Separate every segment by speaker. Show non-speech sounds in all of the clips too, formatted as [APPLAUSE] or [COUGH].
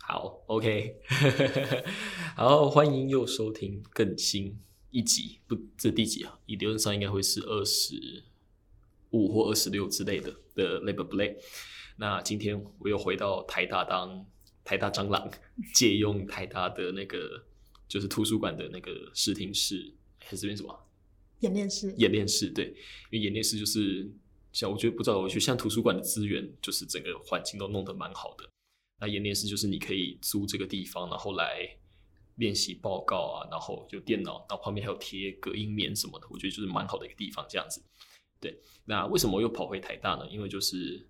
Speaker 1: 好，OK，好，欢迎又收听更新一集，不，这第几啊？理论上应该会是二十五或二十六之类的的 Labor Play。那今天我又回到台大当台大蟑螂，借用台大的那个就是图书馆的那个视听室，还是那边什么啊
Speaker 2: 演练室，
Speaker 1: 演练室？对，因为演练室就是像我觉得不知道，我觉得像图书馆的资源，就是整个环境都弄得蛮好的。那演练室就是你可以租这个地方，然后来练习报告啊，然后有电脑，然后旁边还有贴隔音棉什么的，我觉得就是蛮好的一个地方这样子。对，那为什么我又跑回台大呢？因为就是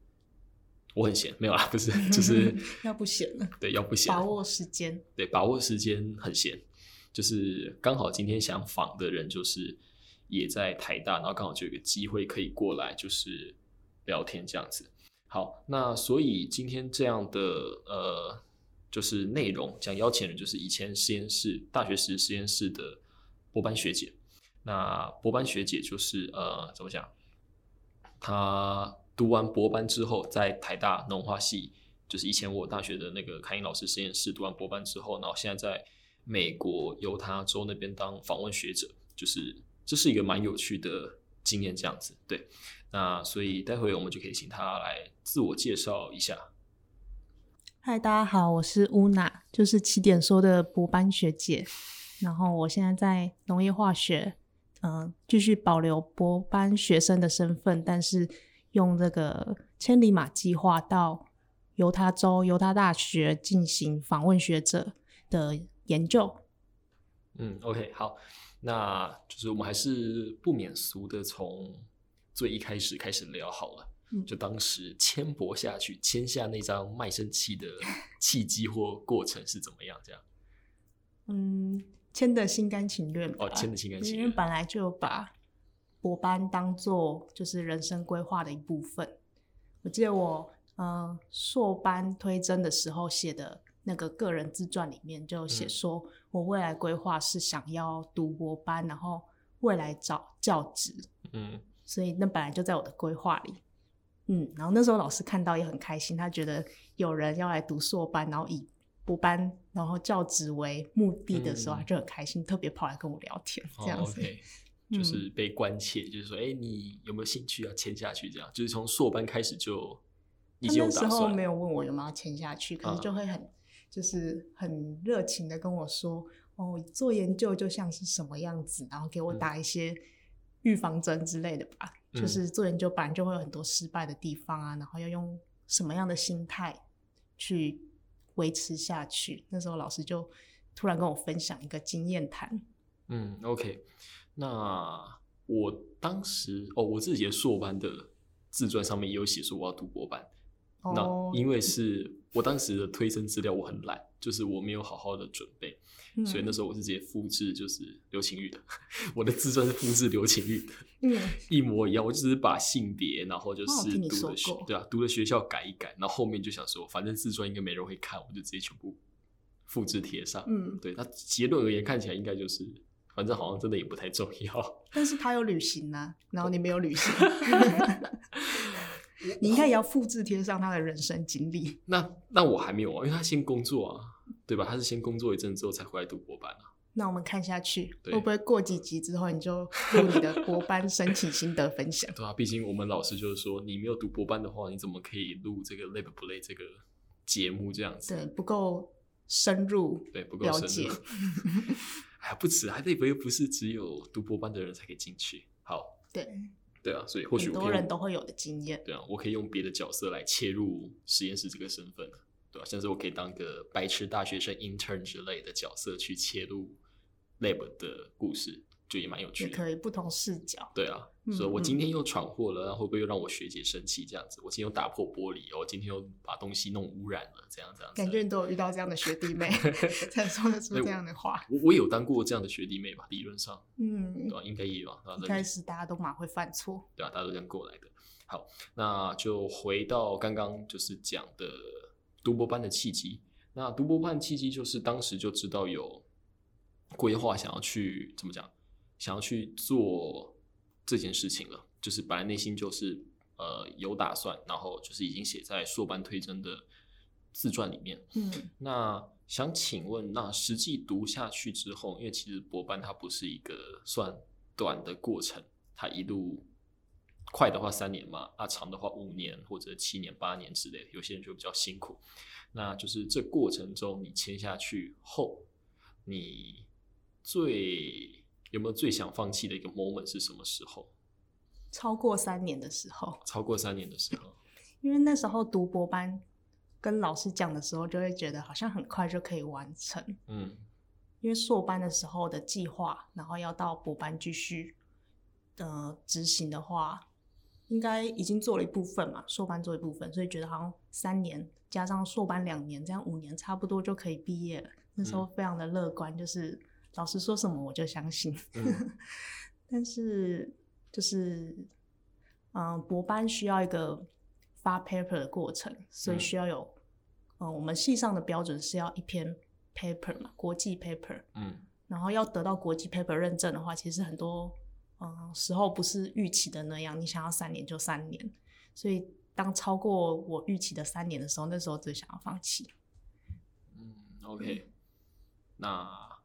Speaker 1: 我很闲，没有啦，不是，
Speaker 2: [LAUGHS]
Speaker 1: 就是
Speaker 2: 要不闲了，
Speaker 1: 对，要不闲，
Speaker 2: 把握时间。
Speaker 1: 对，把握时间很闲，就是刚好今天想访的人就是也在台大，然后刚好就有个机会可以过来，就是聊天这样子。好，那所以今天这样的呃，就是内容想邀请的人就是以前实验室大学时实验室的博班学姐。那博班学姐就是呃，怎么讲？她读完博班之后，在台大农化系，就是以前我大学的那个凯英老师实验室读完博班之后，然后现在在美国犹他州那边当访问学者，就是这是一个蛮有趣的经验，这样子。对，那所以待会我们就可以请她来自我介绍一下。
Speaker 2: 嗨，大家好，我是乌娜，就是起点说的博班学姐。然后我现在在农业化学，嗯、继续保留博班学生的身份，但是用这个千里马计划到犹他州犹他大学进行访问学者的研究。
Speaker 1: 嗯，OK，好，那就是我们还是不免俗的从最一开始开始聊好了。
Speaker 2: 嗯
Speaker 1: 就当时签驳下去，签下那张卖身契的契机或过程是怎么样？这样
Speaker 2: 嗯，签的心甘情愿吧
Speaker 1: 哦，签的心甘情
Speaker 2: 因为
Speaker 1: 愿。
Speaker 2: 本来就有啊
Speaker 1: 啊
Speaker 2: 把博班当做就是人生规划的一部分。我记得我呃硕班推甄的时候写的那个个人自传里面就写
Speaker 1: 嗯
Speaker 2: 说，我未来规划是想要读博班，然后未来找教职，
Speaker 1: 嗯
Speaker 2: 所以那本来就在我的规划里。嗯，然后那时候老师看到也很开心，他觉得有人要来读硕班，然后以博班然后教职为目的的时候，
Speaker 1: 嗯
Speaker 2: 他就很开心，特别跑来跟我聊天，这
Speaker 1: 哦
Speaker 2: 样子。 [LAUGHS]
Speaker 1: ，OK，就是
Speaker 2: 嗯
Speaker 1: 被关切，就是说，哎、你有没有兴趣要签下去？这样就是从硕班开始就已
Speaker 2: 他
Speaker 1: 经有
Speaker 2: 那时
Speaker 1: 打
Speaker 2: 候
Speaker 1: 算
Speaker 2: 没
Speaker 1: 了。
Speaker 2: 有问我有没有要签下去，可
Speaker 1: 嗯
Speaker 2: 是就会很、就是很热情的跟我说，哦，做研究就像是什么样子，然后给我
Speaker 1: 嗯
Speaker 2: 打一些预防针之类的吧。
Speaker 1: 嗯
Speaker 2: 就是做研究本来就会有很多失败的地方啊，然后要用什么样的心态去维持下去。那时候老师就突然跟我分享一个经验谈，
Speaker 1: 嗯，OK，那我当时哦，我自己的硕班的自传上面也有写说我要读博班，
Speaker 2: 哦
Speaker 1: 那，因为是我当时的推荐资料我很懒，就是我没有好好的准备，
Speaker 2: 嗯
Speaker 1: 所以那时候我是直接复制就是刘晴玉的， [LAUGHS] 我的自传是复制刘晴玉的，
Speaker 2: 嗯嗯
Speaker 1: 一模一样。我就只是把性别，然后就
Speaker 2: 哦
Speaker 1: 是
Speaker 2: 听你
Speaker 1: 读的学
Speaker 2: 说过
Speaker 1: 对啊，读的学校改一改，然后后面就想说，反正自传应该没人会看，我就直接全部复制贴上。
Speaker 2: 嗯，
Speaker 1: 对，那结论而言看起来应该就是，反正好像真的也不太重要。 [LAUGHS]
Speaker 2: 但是他有旅行啊，然后你没有旅行，你应该也要复制贴上他的人生经历。
Speaker 1: 那那我还没有啊，因为他先工作啊，对吧？他是先工作一阵之后才回来读博班啊。
Speaker 2: 那我们看下去，
Speaker 1: 对？
Speaker 2: 会不会过几集之后你就录你的博班申请心得分享
Speaker 1: [LAUGHS] 对啊，毕竟我们老师就是说，你没有读博班的话，你怎么可以录这个 lab play 这个节目这样子？
Speaker 2: 对，不够深入，
Speaker 1: 对，不够
Speaker 2: 了
Speaker 1: 深
Speaker 2: 解
Speaker 1: 入。 [LAUGHS] 哎呀，不止啊，lab 又不是只有读博班的人才可以进去。好，
Speaker 2: 对，
Speaker 1: 对啊，所以或许
Speaker 2: 很
Speaker 1: 我可
Speaker 2: 多
Speaker 1: 以
Speaker 2: 人
Speaker 1: 用
Speaker 2: 都会有的经验。
Speaker 1: 对啊，我可以用别的角色来切入实验室这个身份，对吧、啊像是我可以当个白痴大学生 intern 之类的角色去切入 lab 的故事，就也蛮有
Speaker 2: 也
Speaker 1: 趣的。
Speaker 2: 可以不同视角，
Speaker 1: 对啊，
Speaker 2: 嗯
Speaker 1: 所以我
Speaker 2: 嗯
Speaker 1: 今天又闯祸了，那会不会又让我学姐生气？这样子，我今天又打破玻璃，我今天又把东西弄污染了，这样这样子。
Speaker 2: 感觉你都有遇到这样的学弟
Speaker 1: [LAUGHS]
Speaker 2: 妹 [LAUGHS] 才说得出这样的话。
Speaker 1: 我我也有当过这样的学弟妹吧，理论上
Speaker 2: 嗯
Speaker 1: 对，吧、应该也有啊，
Speaker 2: 一开始大家都蛮会犯错，
Speaker 1: 对啊，大家都这样过来的。好，那就回到刚刚就是讲的读博班的契机。那读博班的契机就是当时就知道有规划想要去怎么讲，想要去做这件事情了，就是本来内心就是呃有打算，然后就是已经写在硕班推甄的自传里面。
Speaker 2: 嗯
Speaker 1: 那想请问，那实际读下去之后，因为其实博班它不是一个算短的过程，它一路快的话三年嘛，啊长的话五年或者七年、八年之类的，有些人就比较辛苦。那就是这过程中你签下去后，你最有没有最想放弃的一个 moment 是什么时候？
Speaker 2: 超过三年的时候，
Speaker 1: 超过三年的时候，
Speaker 2: 因为那时候读博班跟老师讲的时候，就会觉得好像很快就可以完成。
Speaker 1: 嗯
Speaker 2: 因为硕班的时候的计划，然后要到补班继续呃执行的话，应该已经做了一部分嘛，硕班做一部分，所以觉得好像三年加上硕班两年，这样五年差不多就可以毕业了。那时候非常的乐观，就是老师说什么我就相信。
Speaker 1: 嗯
Speaker 2: 但是就是嗯，博班需要一个发 paper 的过程，所以
Speaker 1: 嗯
Speaker 2: 需要有嗯，我们系上的标准是要一篇 paper 嘛，国际 paper。
Speaker 1: 嗯
Speaker 2: 然后要得到国际 paper 认证的话，其实很多嗯时候不是预期的那样，你想要三年就三年，所以当超过我预期的三年的时候，那时候最想要放弃。
Speaker 1: 嗯，OK。那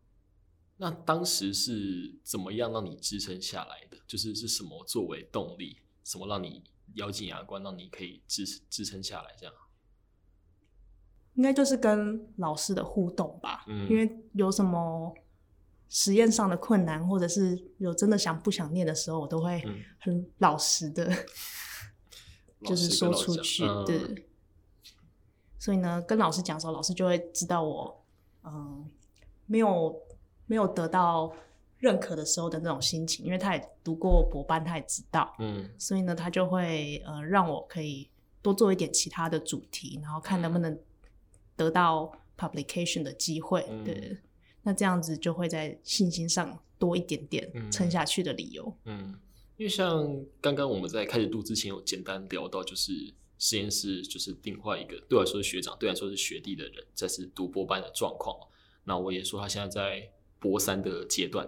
Speaker 1: 那当时是怎么样让你支撑下来的？就是是什么作为动力？什么让你咬紧牙关，让你可以支支撑下来？这样，
Speaker 2: 应该就是跟老师的互动吧，
Speaker 1: 嗯
Speaker 2: 因为有什么实验上的困难，或者是有真的想不想念的时候，我都会
Speaker 1: 嗯
Speaker 2: 很老实的， [LAUGHS] 就
Speaker 1: 老
Speaker 2: 是
Speaker 1: 师
Speaker 2: 说
Speaker 1: 嗯跟老师
Speaker 2: 出
Speaker 1: 讲
Speaker 2: 去。
Speaker 1: 嗯
Speaker 2: 对，所以呢，跟老师讲的时候，老师就会知道我，嗯，没有没有得到认可的时候的那种心情，因为他也读过博班，他也知道，
Speaker 1: 嗯
Speaker 2: 所以呢，他就会呃让我可以多做一点其他的主题，然后看
Speaker 1: 嗯
Speaker 2: 能不能得到 publication 的机会。
Speaker 1: 嗯
Speaker 2: 对，那这样子就会在信心上多一点点
Speaker 1: 嗯
Speaker 2: 撑下去的理由。
Speaker 1: 嗯，因为像刚刚我们在开始录之前有简单聊到，就是实验室就是另外一个对我来说是学长，对我来说是学弟的人，这是读博班的状况嘛。那我也说他现在在博三的阶段，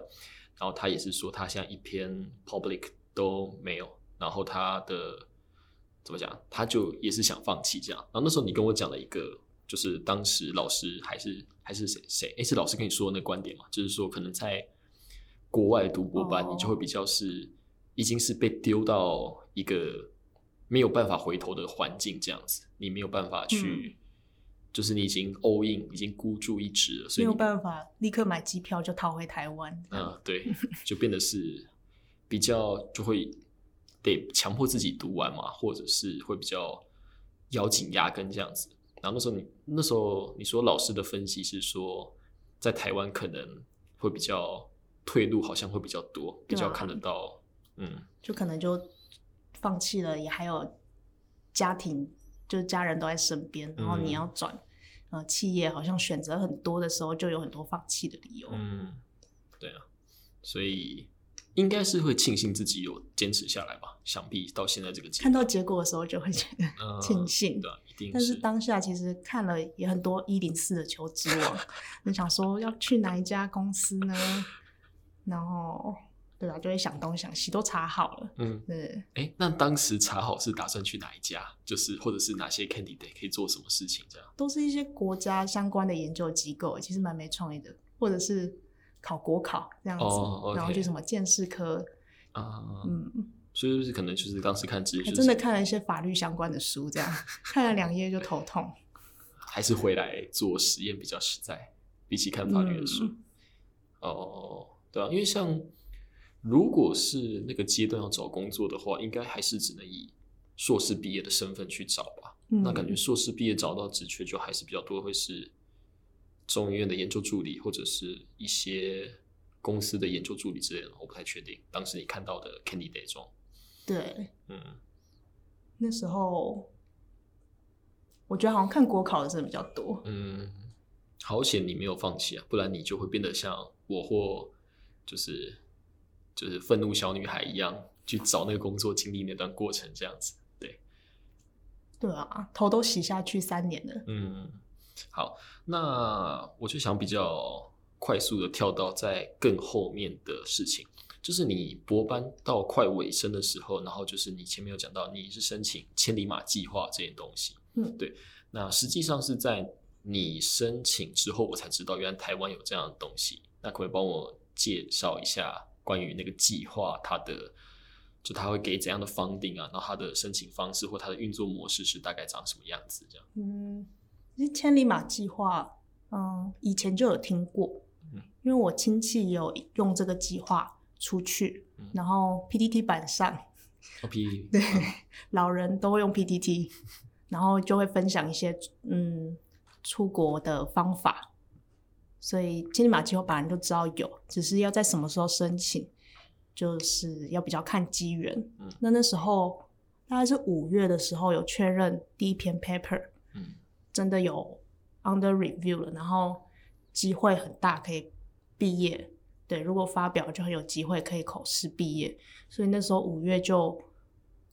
Speaker 1: 然后他也是说他现在一篇 public 都没有，然后他的怎么讲，他就也是想放弃这样。然后那时候你跟我讲了一个，就是当时老师还是还是谁谁，诶，是老师跟你说的那个观点嘛，就是说可能在国外读博班，
Speaker 2: 哦
Speaker 1: 你就会比较是已经是被丢到一个没有办法回头的环境这样子，你没有办法
Speaker 2: 嗯
Speaker 1: 去。就是你已经 all in，已经孤注一掷了，所以
Speaker 2: 没有
Speaker 1: 你
Speaker 2: 办法立刻买机票就逃回台湾。
Speaker 1: 嗯，对，就变得是比较就会得强迫自己读完嘛，或者是会比较咬紧牙根这样子。然后那时候你那时候你说老师的分析是说，在台湾可能会比较退路好像会比较多，比
Speaker 2: 对
Speaker 1: 较
Speaker 2: 啊
Speaker 1: 看得到，嗯
Speaker 2: 就可能就放弃了，也还有家庭，就是家人都在身边，然
Speaker 1: 嗯
Speaker 2: 后你要转、呃企业，好像选择很多的时候，就有很多放弃的理由。
Speaker 1: 嗯，对啊，所以应该是会庆幸自己有坚持下来吧，想必到现在这个阶
Speaker 2: 看到结果的时候，就会觉得
Speaker 1: 嗯
Speaker 2: 庆幸
Speaker 1: 对啊，一定
Speaker 2: 但是当下其实看了也很多一零四的求职网，你想说要去哪一家公司呢？然后对啊吧、就会想东想西，都查好了，
Speaker 1: 嗯。
Speaker 2: 对。
Speaker 1: 哎，那当时查好是打算去哪一家，就是或者是哪些 candidate 可以做什么事情这样？
Speaker 2: 都是一些国家相关的研究机构，其实蛮没创意的，或者是考国考这样子，
Speaker 1: 哦，OK
Speaker 2: 然后去什么建士科，
Speaker 1: 啊、
Speaker 2: 嗯，
Speaker 1: 所以就是可能就是当时看直接
Speaker 2: 还
Speaker 1: 就
Speaker 2: 真的
Speaker 1: 是
Speaker 2: 看了一些法律相关的书，这样
Speaker 1: [LAUGHS]
Speaker 2: 看了两页就头痛。
Speaker 1: 还是回来做实验比较实在，比起看法律的书。
Speaker 2: 嗯
Speaker 1: 哦，对啊，因为像如果是那个阶段要找工作的话，应该还是只能以硕士毕业的身份去找吧。
Speaker 2: 嗯
Speaker 1: 那感觉硕士毕业找到职缺就还是比较多，会是中医院的研究助理，或者是一些公司的研究助理之类的，我不太确定。当时你看到的 candidate 中，
Speaker 2: 对，
Speaker 1: 嗯
Speaker 2: 那时候我觉得好像看国考的真的比较多，
Speaker 1: 嗯，好险你没有放弃啊，不然你就会变得像我或就是就是愤怒小女孩一样，去找那个工作，经历那段过程这样子。对，
Speaker 2: 对啊，头都洗下去三年了。
Speaker 1: 嗯，好，那我就想比较快速的跳到在更后面的事情，就是你博班到快尾声的时候，然后就是你前面有讲到你是申请千里马计划这些东西，
Speaker 2: 嗯
Speaker 1: 对，那实际上是在你申请之后，我才知道原来台湾有这样的东西。那可不可以帮我介绍一下关于那个计划它的？就他会给怎样的 funding 啊，然后他的申请方式或他的运作模式是大概长什么样子这样。
Speaker 2: 嗯，其实千里马计划，嗯，以前就有听过，
Speaker 1: 嗯
Speaker 2: 因为我亲戚有用这个计划出去，
Speaker 1: 嗯
Speaker 2: 然后 PTT 版上
Speaker 1: O P
Speaker 2: 对老人都会用 PTT，然 [LAUGHS] 后就会分享一些嗯出国的方法，所以千里马计划本来就知道有，只是要在什么时候申请，就是要比较看机缘。
Speaker 1: 嗯
Speaker 2: 那那时候大概是五月的时候有确认第一篇 paper，
Speaker 1: 嗯
Speaker 2: 真的有 under review 了，然后机会很大可以毕业。对，如果发表就很有机会可以口试毕业，所以那时候五月就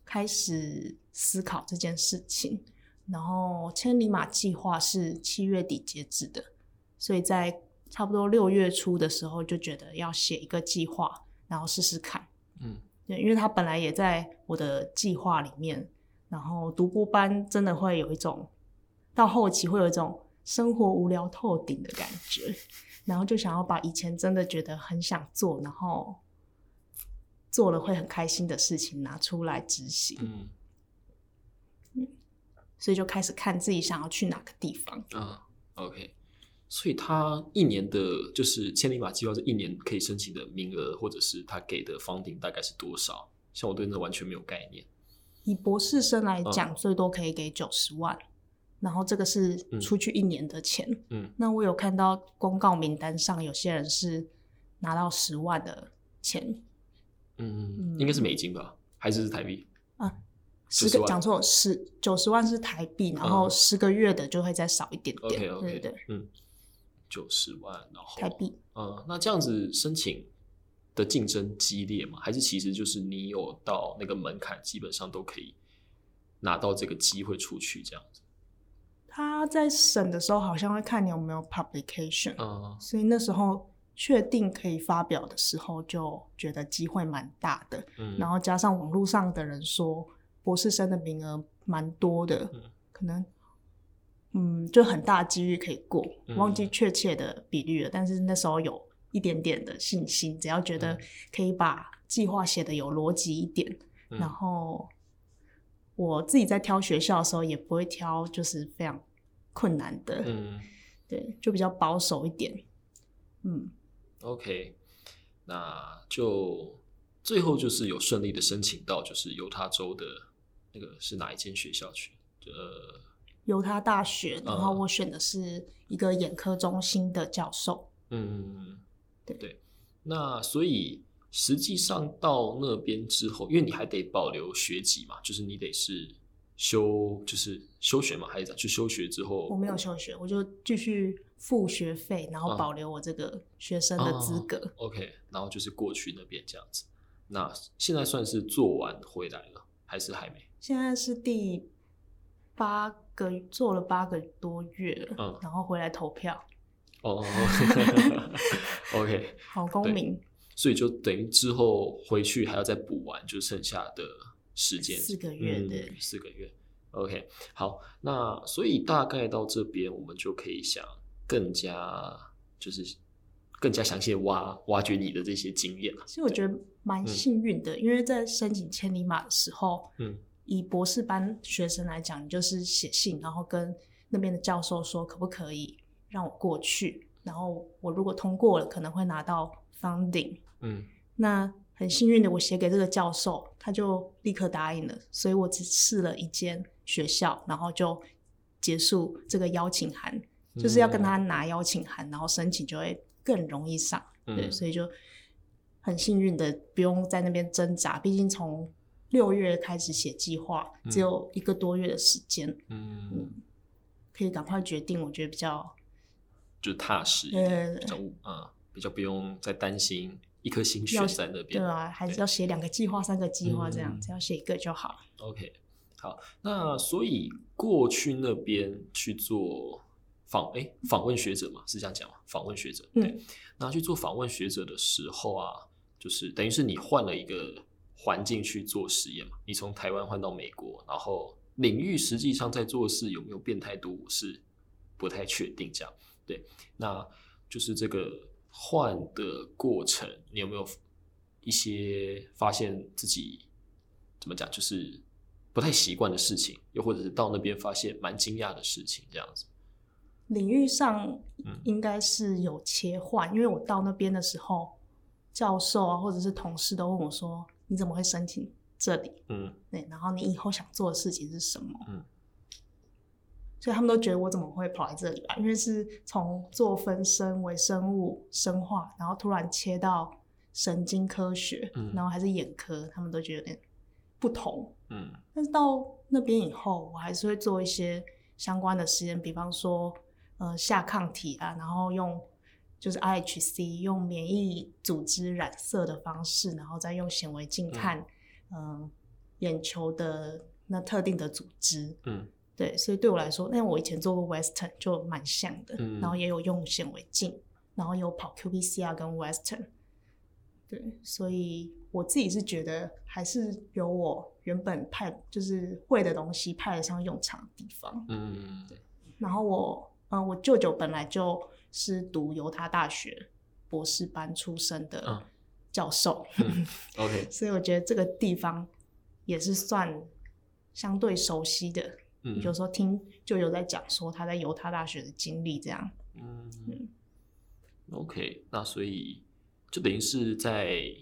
Speaker 2: 开始思考这件事情。然后千里马计划是七月底截止的，所以在差不多六月初的时候就觉得要写一个计划，然后试试看。
Speaker 1: 嗯
Speaker 2: 对，因为它本来也在我的计划里面。然后独孤班真的会有一种到后期会有一种生活无聊透顶的感觉，然后就想要把以前真的觉得很想做，然后做了会很开心的事情拿出来执行，
Speaker 1: 嗯
Speaker 2: 所以就开始看自己想要去哪个地方。
Speaker 1: 啊，OK。所以他一年的，就是千里马计划这一年可以申请的名额，或者是他给的 funding 大概是多少？像我对那完全没有概念。
Speaker 2: 以博士生
Speaker 1: 嗯
Speaker 2: 来讲，最多可以给九十万，然后这个是
Speaker 1: 嗯
Speaker 2: 出去一年的钱。
Speaker 1: 嗯
Speaker 2: 那我有看到公告名单上有些人是拿到十万的钱，
Speaker 1: 嗯，应该是美金吧，还是台币？
Speaker 2: 十
Speaker 1: 90
Speaker 2: 个
Speaker 1: 万
Speaker 2: 讲错，十九十万是台币，然后
Speaker 1: 嗯
Speaker 2: 十个月的就会再少一点点，
Speaker 1: OK OK，
Speaker 2: 对对对，
Speaker 1: 嗯，九十万，然后
Speaker 2: 台币。
Speaker 1: 呃，那这样子申请的竞争激烈吗？还是其实就是你有到那个门槛，基本上都可以拿到这个机会出去这样子？
Speaker 2: 他在审的时候好像会看你有没有 publication，、
Speaker 1: 嗯
Speaker 2: 所以那时候确定可以发表的时候，就觉得机会蛮大的。
Speaker 1: 嗯，
Speaker 2: 然后加上网络上的人说，博士生的名额蛮多的，
Speaker 1: 嗯
Speaker 2: 可能嗯就很大几率可以过，
Speaker 1: 嗯
Speaker 2: 忘记确切的比率了，但是那时候有一点点的信心，只要觉得
Speaker 1: 嗯
Speaker 2: 可以把计划写的有逻辑一点，
Speaker 1: 嗯
Speaker 2: 然后我自己在挑学校的时候也不会挑就是非常困难的，
Speaker 1: 嗯
Speaker 2: 对，就比较保守一点，嗯。
Speaker 1: ，OK，那就最后就是有顺利的申请到，就是犹他州的那个是哪一间学校去？呃，
Speaker 2: 犹他大学，然后
Speaker 1: 嗯
Speaker 2: 我选的是一个眼科中心的教授。
Speaker 1: 嗯，
Speaker 2: 对
Speaker 1: 对。那所以实际上到那边之后，因为你还得保留学籍嘛，就是你得是休，就是休学嘛，还是咋就休学之后？
Speaker 2: 我没有休学，我就继续付学费，然
Speaker 1: 嗯
Speaker 2: 后保留我这个学生的资格。
Speaker 1: OK，然后就是过去那边这样子。那现在算是做完回来了，还是还没？
Speaker 2: 现在是第八个，做了八个多月了，
Speaker 1: 嗯
Speaker 2: 然后回来投票， [LAUGHS]
Speaker 1: 哦 [LAUGHS] ，OK，
Speaker 2: 好公民，
Speaker 1: 所以就等于之后回去还要再补完，就剩下的时间
Speaker 2: 四个月
Speaker 1: 嗯
Speaker 2: 对
Speaker 1: 四个月。OK，好，那所以大概到这边，我们就可以想更加就是更加详细地挖挖掘你的这些经验了。
Speaker 2: 其实我觉得蛮幸运的，因为在申请千里马的时候，
Speaker 1: 嗯，
Speaker 2: 以博士班学生来讲，你就是写信，然后跟那边的教授说可不可以让我过去，然后我如果通过了，可能会拿到 funding。
Speaker 1: 嗯
Speaker 2: 那很幸运的，我写给这个教授，他就立刻答应了，所以我只试了一间学校，然后就结束这个邀请函，
Speaker 1: 嗯
Speaker 2: 就是要跟他拿邀请函，然后申请就会更容易上。对，
Speaker 1: 嗯
Speaker 2: 所以就很幸运的不用在那边挣扎，毕竟从六月开始写计划，只
Speaker 1: 嗯
Speaker 2: 有一个多月的时间，
Speaker 1: 嗯，
Speaker 2: 可以赶快决定，我觉得比较
Speaker 1: 就踏实一
Speaker 2: 对
Speaker 1: 点，
Speaker 2: 对
Speaker 1: 比较嗯比较不用再担心一颗心
Speaker 2: 要
Speaker 1: 悬在那
Speaker 2: 对
Speaker 1: 边。
Speaker 2: 啊，还是要写两个计划、三个计划这样，
Speaker 1: 嗯
Speaker 2: 只要写一个就好。
Speaker 1: OK，好，那所以过去那边去做访哎访问学者嘛，是这样讲吗？访问学者，对。
Speaker 2: 嗯
Speaker 1: 那去做访问学者的时候啊，就是等于是你换了一个环境去做实验嘛，你从台湾换到美国，然后领域实际上在做的事有没有变太多，我是不太确定。这样对，那就是这个换的过程，你有没有一些发现自己怎么讲，就是不太习惯的事情，又或者是到那边发现蛮惊讶的事情，这样子。
Speaker 2: 领域上
Speaker 1: 嗯
Speaker 2: 应该是有切换，因为我到那边的时候，教授啊或者是同事都问我说：“你怎么会申请这里？
Speaker 1: 嗯
Speaker 2: 对，然后你以后想做的事情是什么？”
Speaker 1: 嗯，
Speaker 2: 所以他们都觉得我怎么会跑来这里啊？因为是从做分身、微生物、生化，然后突然切到神经科学，
Speaker 1: 嗯
Speaker 2: 然后还是眼科，他们都觉得有点不同。
Speaker 1: 嗯
Speaker 2: 但是到那边以后，我还是会做一些相关的实验，比方说，呃，下抗体啊，然后用就是 IHC 用免疫组织染色的方式，然后再用显微镜看，嗯、眼球的那特定的组织。
Speaker 1: 嗯
Speaker 2: 对，所以对我来说，那我以前做过 Western 就蛮像的，
Speaker 1: 嗯
Speaker 2: 然后也有用显微镜，然后有跑 qPCR 跟 Western，对，所以我自己是觉得还是有我原本派就是会的东西派得上用场的地方。
Speaker 1: 嗯
Speaker 2: 然后我，嗯、我舅舅本来就是读犹他大学博士班出身
Speaker 1: 嗯
Speaker 2: 的教授，
Speaker 1: 嗯，OK，
Speaker 2: [LAUGHS] 所以我觉得这个地方也是算相对熟悉的。
Speaker 1: 嗯，
Speaker 2: 有时候听就有在讲说他在犹他大学的经历，这样
Speaker 1: 嗯
Speaker 2: 嗯
Speaker 1: ，OK，那所以就等于是在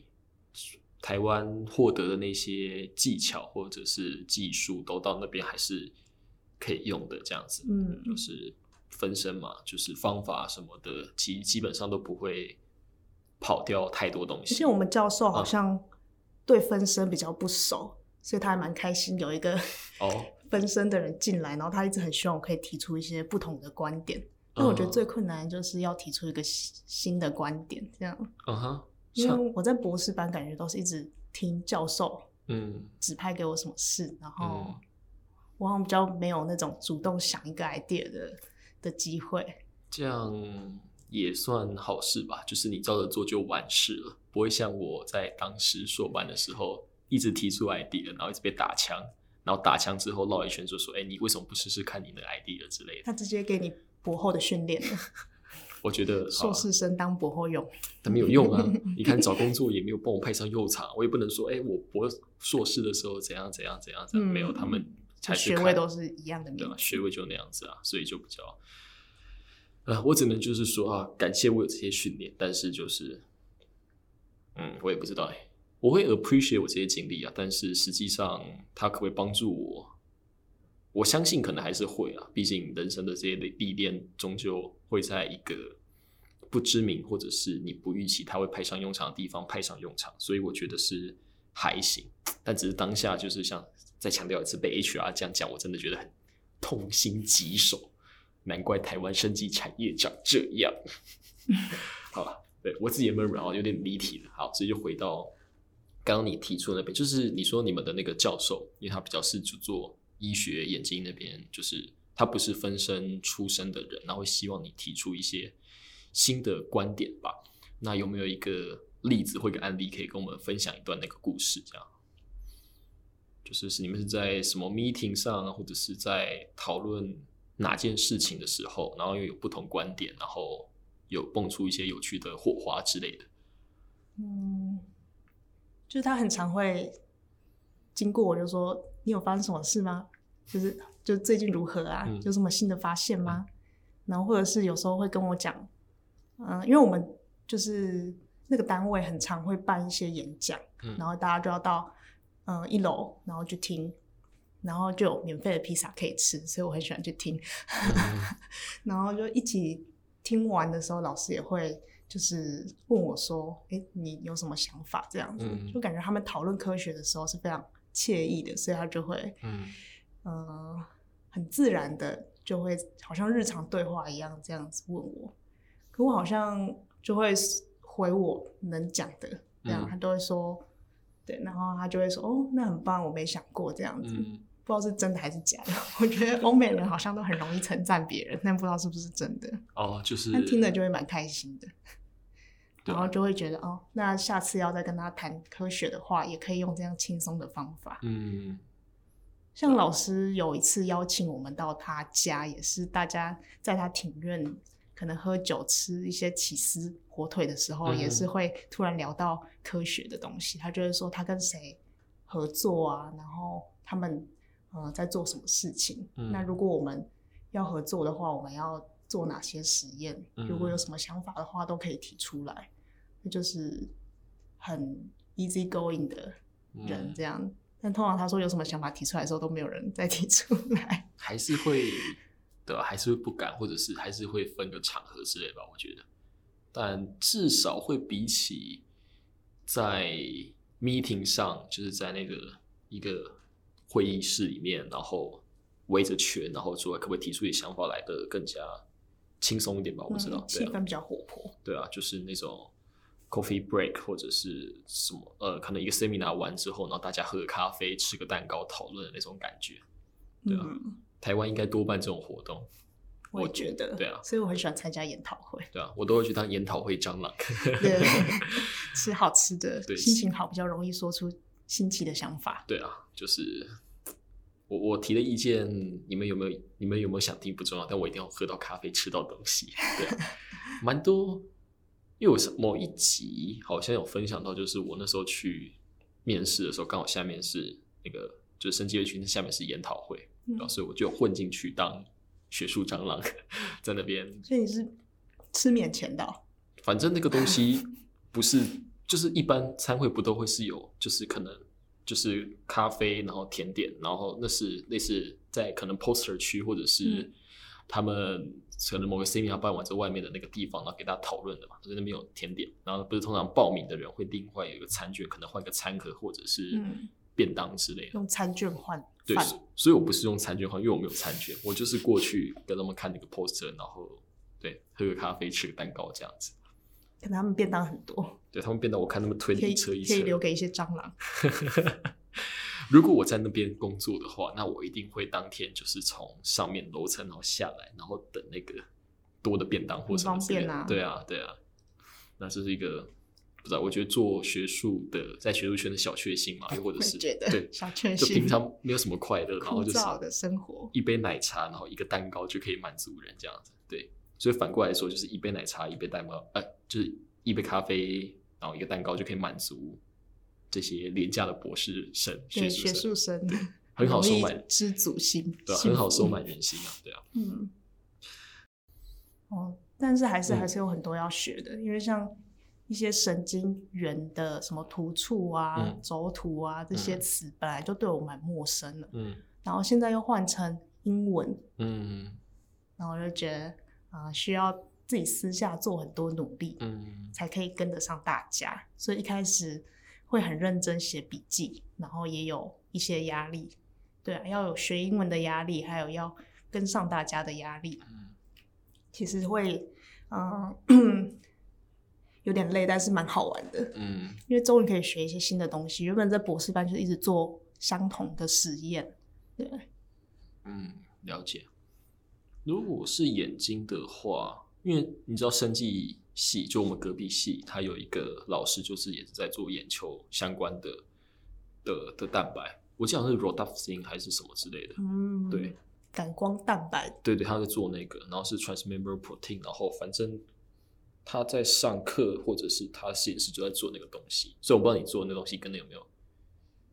Speaker 1: 台湾获得的那些技巧或者是技术，都到那边还是可以用的，这样子，
Speaker 2: 嗯
Speaker 1: 就是分身嘛，就是方法什么的，其基本上都不会跑掉太多东
Speaker 2: 而
Speaker 1: 西
Speaker 2: 且。我们教授
Speaker 1: 嗯
Speaker 2: 好像对分身比较不熟，所以他还蛮开心有一个
Speaker 1: 哦，
Speaker 2: 分身的人进来，然后他一直很希望我可以提出一些不同的观点。但我觉得
Speaker 1: 嗯
Speaker 2: 最困难的就是要提出一个新新的观点，这样，
Speaker 1: 嗯哼，
Speaker 2: 因
Speaker 1: 像
Speaker 2: 为我在博士班感觉都是一直听教授
Speaker 1: 嗯
Speaker 2: 指派给我什么事，然后
Speaker 1: 嗯
Speaker 2: 我好像比较没有那种主动想一个 idea 的的机会。
Speaker 1: 这样嗯也算好事吧，就是你照着做就完事了，不会像我在当时硕班的时候，一直提出 idea，然后一直被打枪，然后打枪之后绕一圈就说，哎、你为什么不试试看你的 idea 之类的？
Speaker 2: 他直接给你博后的训练了，
Speaker 1: 我觉得好
Speaker 2: 硕
Speaker 1: 啊
Speaker 2: 士生当博后用。
Speaker 1: 但没有用
Speaker 2: [LAUGHS]
Speaker 1: 啊！你看找工作也没有帮我派上用场，我也不能说，哎、我博硕士的时候怎样怎样怎样怎样，没有，
Speaker 2: 嗯
Speaker 1: 他们才是
Speaker 2: 学
Speaker 1: 看
Speaker 2: 位都是一样的
Speaker 1: 对
Speaker 2: 名
Speaker 1: 啊，
Speaker 2: 字。
Speaker 1: 学位就那样子啊，所以就比较，呃，我只能就是说啊，感谢我有这些训练，但是就是，嗯，我也不知道哎、我会 appreciate 我这些经历啊，但是实际上它可不可以帮助我？我相信可能还是会啊，毕竟人生的这些历历练，终究会在一个不知名或者是你不预期它会派上用场的地方派上用场，所以我觉得是还行。但只是当下就是像再强调一次，被 HR 这样讲，我真的觉得很痛心疾首。难怪台湾生技产业长这样。 [LAUGHS] 好了，对我自己也闷然后有点离题了。好，所以就回到刚刚你提出的那边，就是你说你们的那个教授，因为他比较是就做医学眼睛那边，就是他不是分身出身的人，然后会希望你提出一些新的观点吧。那有没有一个例子或一个案例可以跟我们分享一段那个故事？这样，就是是你们是在什么 meeting 上啊，或者是在讨论哪件事情的时候，然后又有不同观点，然后有蹦出一些有趣的火花之类的。
Speaker 2: 嗯，就是他很常会经过我就说：“你有发生什么事吗？就是就最近如何啊？
Speaker 1: 嗯
Speaker 2: 有什么新的发现吗？”然后或者是有时候会跟我讲，嗯、因为我们就是那个单位很常会办一些演讲，
Speaker 1: 嗯
Speaker 2: 然后大家就要到嗯、呃一楼，然后去听。然后就有免费的披萨可以吃，所以我很喜欢去听。
Speaker 1: 嗯
Speaker 2: [LAUGHS] 然后就一起听完的时候，老师也会就是问我说：“哎，你有什么想法？”这样子，
Speaker 1: 嗯
Speaker 2: 就感觉他们讨论科学的时候是非常惬意的，所以他就会
Speaker 1: 嗯
Speaker 2: 呃很自然的就会好像日常对话一样这样子问我，可我好像就会回我能讲的，这样、
Speaker 1: 嗯
Speaker 2: 他都会说。对，然后他就会说：“哦，那很棒，我没想过这样子。
Speaker 1: 嗯
Speaker 2: 不知道是真的还是假的。 [LAUGHS] 我觉得欧美人好像都很容易称赞别人，但不知道是不是真的。
Speaker 1: 哦，就是
Speaker 2: 但听了就会蛮开心的，
Speaker 1: 对
Speaker 2: 然
Speaker 1: 啊
Speaker 2: 后就会觉得哦，那下次要再跟他谈科学的话，也可以用这样轻松的方法。
Speaker 1: 嗯，
Speaker 2: 像老师有一次邀请我们到他家，也是大家在他庭院可能喝酒吃一些起司火腿的时候，
Speaker 1: 嗯
Speaker 2: 也是会突然聊到科学的东西。他就会说他跟谁合作啊，然后他们呃在做什么事情。
Speaker 1: 嗯
Speaker 2: 那如果我们要合作的话，我们要做哪些实验？
Speaker 1: 嗯
Speaker 2: 如果有什么想法的话，都可以提出来。那就是很 easy going 的人
Speaker 1: 嗯，
Speaker 2: 这样。但通常他说有什么想法提出来的时候，都没有人再提出来。
Speaker 1: 还是会的，还是会不敢，或者是还是会分个场合之类吧，我觉得。但至少会比起在 meeting 上，就是在那个一个会议室里面，然后围着圈，然后说可不可以提出你想法来的更加轻松一点 [LAUGHS] 吧？我不知道，
Speaker 2: 嗯
Speaker 1: 对
Speaker 2: 气
Speaker 1: 啊。
Speaker 2: 氛比较活泼。
Speaker 1: 对啊，就是那种 coffee break 或者是什么呃，可能一个 seminar 完之后，然后大家喝个咖啡、吃个蛋糕、讨论的那种感觉。对啊
Speaker 2: 嗯，
Speaker 1: 台湾应该多办这种活动，
Speaker 2: 我也觉得。
Speaker 1: 对啊。
Speaker 2: 所以我很喜欢参加研讨会
Speaker 1: 对啊，我都会去当研讨会蟑螂。 [LAUGHS]
Speaker 2: 对，吃好吃的，
Speaker 1: 对
Speaker 2: 心情好比较容易说出新奇的想法。
Speaker 1: 对啊，就是我我提的意见，你们有没有你们有没有想听不重要，但我一定要喝到咖啡，吃到东
Speaker 2: [LAUGHS]
Speaker 1: 西。对、啊，蛮多，因为我是某一集好像有分享到，就是我那时候去面试的时候，刚好下面是那个就是升级学群，下面是研讨会，
Speaker 2: 嗯
Speaker 1: 然后所以我就混进去当学术蟑螂， [LAUGHS] 在那边
Speaker 2: 所以你是吃免钱的哦、
Speaker 1: 反正那个东西不是，就是一般餐会不都会是有，就是可能就是咖啡，然后甜点，然后那是类似在可能 poster 区或者是
Speaker 2: 嗯
Speaker 1: 他们可能某个 seminar 办完之后外面的那个地方，然后给大家讨论的嘛，就是那边有甜点，然后不是通常报名的人会另外有一个餐券，可能换个餐盒或者是
Speaker 2: 嗯
Speaker 1: 便当之类的。
Speaker 2: 用餐券换
Speaker 1: 对，
Speaker 2: 饭。
Speaker 1: 所所以我不是用餐券换，因为我没有餐券，我就是过去跟他们看那个 poster，然后对喝个咖啡，吃个蛋糕这样子。
Speaker 2: 可能他们便当很多，
Speaker 1: 对他们变得我看他们推
Speaker 2: 可
Speaker 1: 了
Speaker 2: 以
Speaker 1: 一车一
Speaker 2: 可
Speaker 1: 车
Speaker 2: 以。留给一些蟑螂。
Speaker 1: [LAUGHS] 如果我在那边工作的话，那我一定会当天就是从上面楼层然后下来，然后等那个多的便当或什么之类的
Speaker 2: 很方便啊
Speaker 1: 对啊，对啊，那这是一个不知道，我觉得做学术的在学术圈的小确幸嘛，又或者
Speaker 2: 我
Speaker 1: 是
Speaker 2: 也觉
Speaker 1: 对
Speaker 2: 得，小确
Speaker 1: 就
Speaker 2: 幸，
Speaker 1: 平常没有什么快乐，然后
Speaker 2: 枯
Speaker 1: 就是
Speaker 2: 燥的生活。
Speaker 1: 一杯奶茶，然后一个蛋糕就可以满足人这样子。对，所以反过来说，就是一杯奶茶，一杯蛋糕，呃，就是一杯咖啡，然后一个蛋糕就可以满足这些廉价的博士生、
Speaker 2: 对
Speaker 1: 学术
Speaker 2: 学
Speaker 1: 生，
Speaker 2: 术生
Speaker 1: [LAUGHS] 很好收
Speaker 2: 容易
Speaker 1: 买，
Speaker 2: 知足心，
Speaker 1: 对、啊，
Speaker 2: 幸
Speaker 1: 很好
Speaker 2: 福
Speaker 1: 收买。人心啊，对啊，
Speaker 2: 嗯，哦，但是还是
Speaker 1: 嗯
Speaker 2: 还是有很多要学的，因为像一些神经元的什么突触啊
Speaker 1: 嗯、
Speaker 2: 轴突啊这些
Speaker 1: 嗯
Speaker 2: 词，本来就对我蛮陌生的，
Speaker 1: 嗯
Speaker 2: 然后现在又换成英文，
Speaker 1: 嗯
Speaker 2: 然后我就觉得啊、呃需要自己私下做很多努力，
Speaker 1: 嗯
Speaker 2: 才可以跟得上大家。所以一开始会很认真写笔记，然后也有一些压力，对啊，要有学英文的压力，还有要跟上大家的压力，
Speaker 1: 嗯
Speaker 2: 其实会嗯、 [COUGHS] 有点累，但是蛮好玩的，
Speaker 1: 嗯
Speaker 2: 因为终于可以学一些新的东西。原本在博士班就一直做相同的实验，对，
Speaker 1: 嗯，了解。如果是眼睛的话，因为你知道生技系，就我们隔壁系，他有一个老师，就是也是在做眼球相关的的的蛋白，我记得好像是 rhodopsin 还是什么之类的。
Speaker 2: 嗯，
Speaker 1: 对，
Speaker 2: 感光蛋白，
Speaker 1: 对对，他在做那个，然后是 transmembrane protein，然后反正他在上课或者是他实验室就在做那个东西，所以我不知道你做的那东西跟那有没有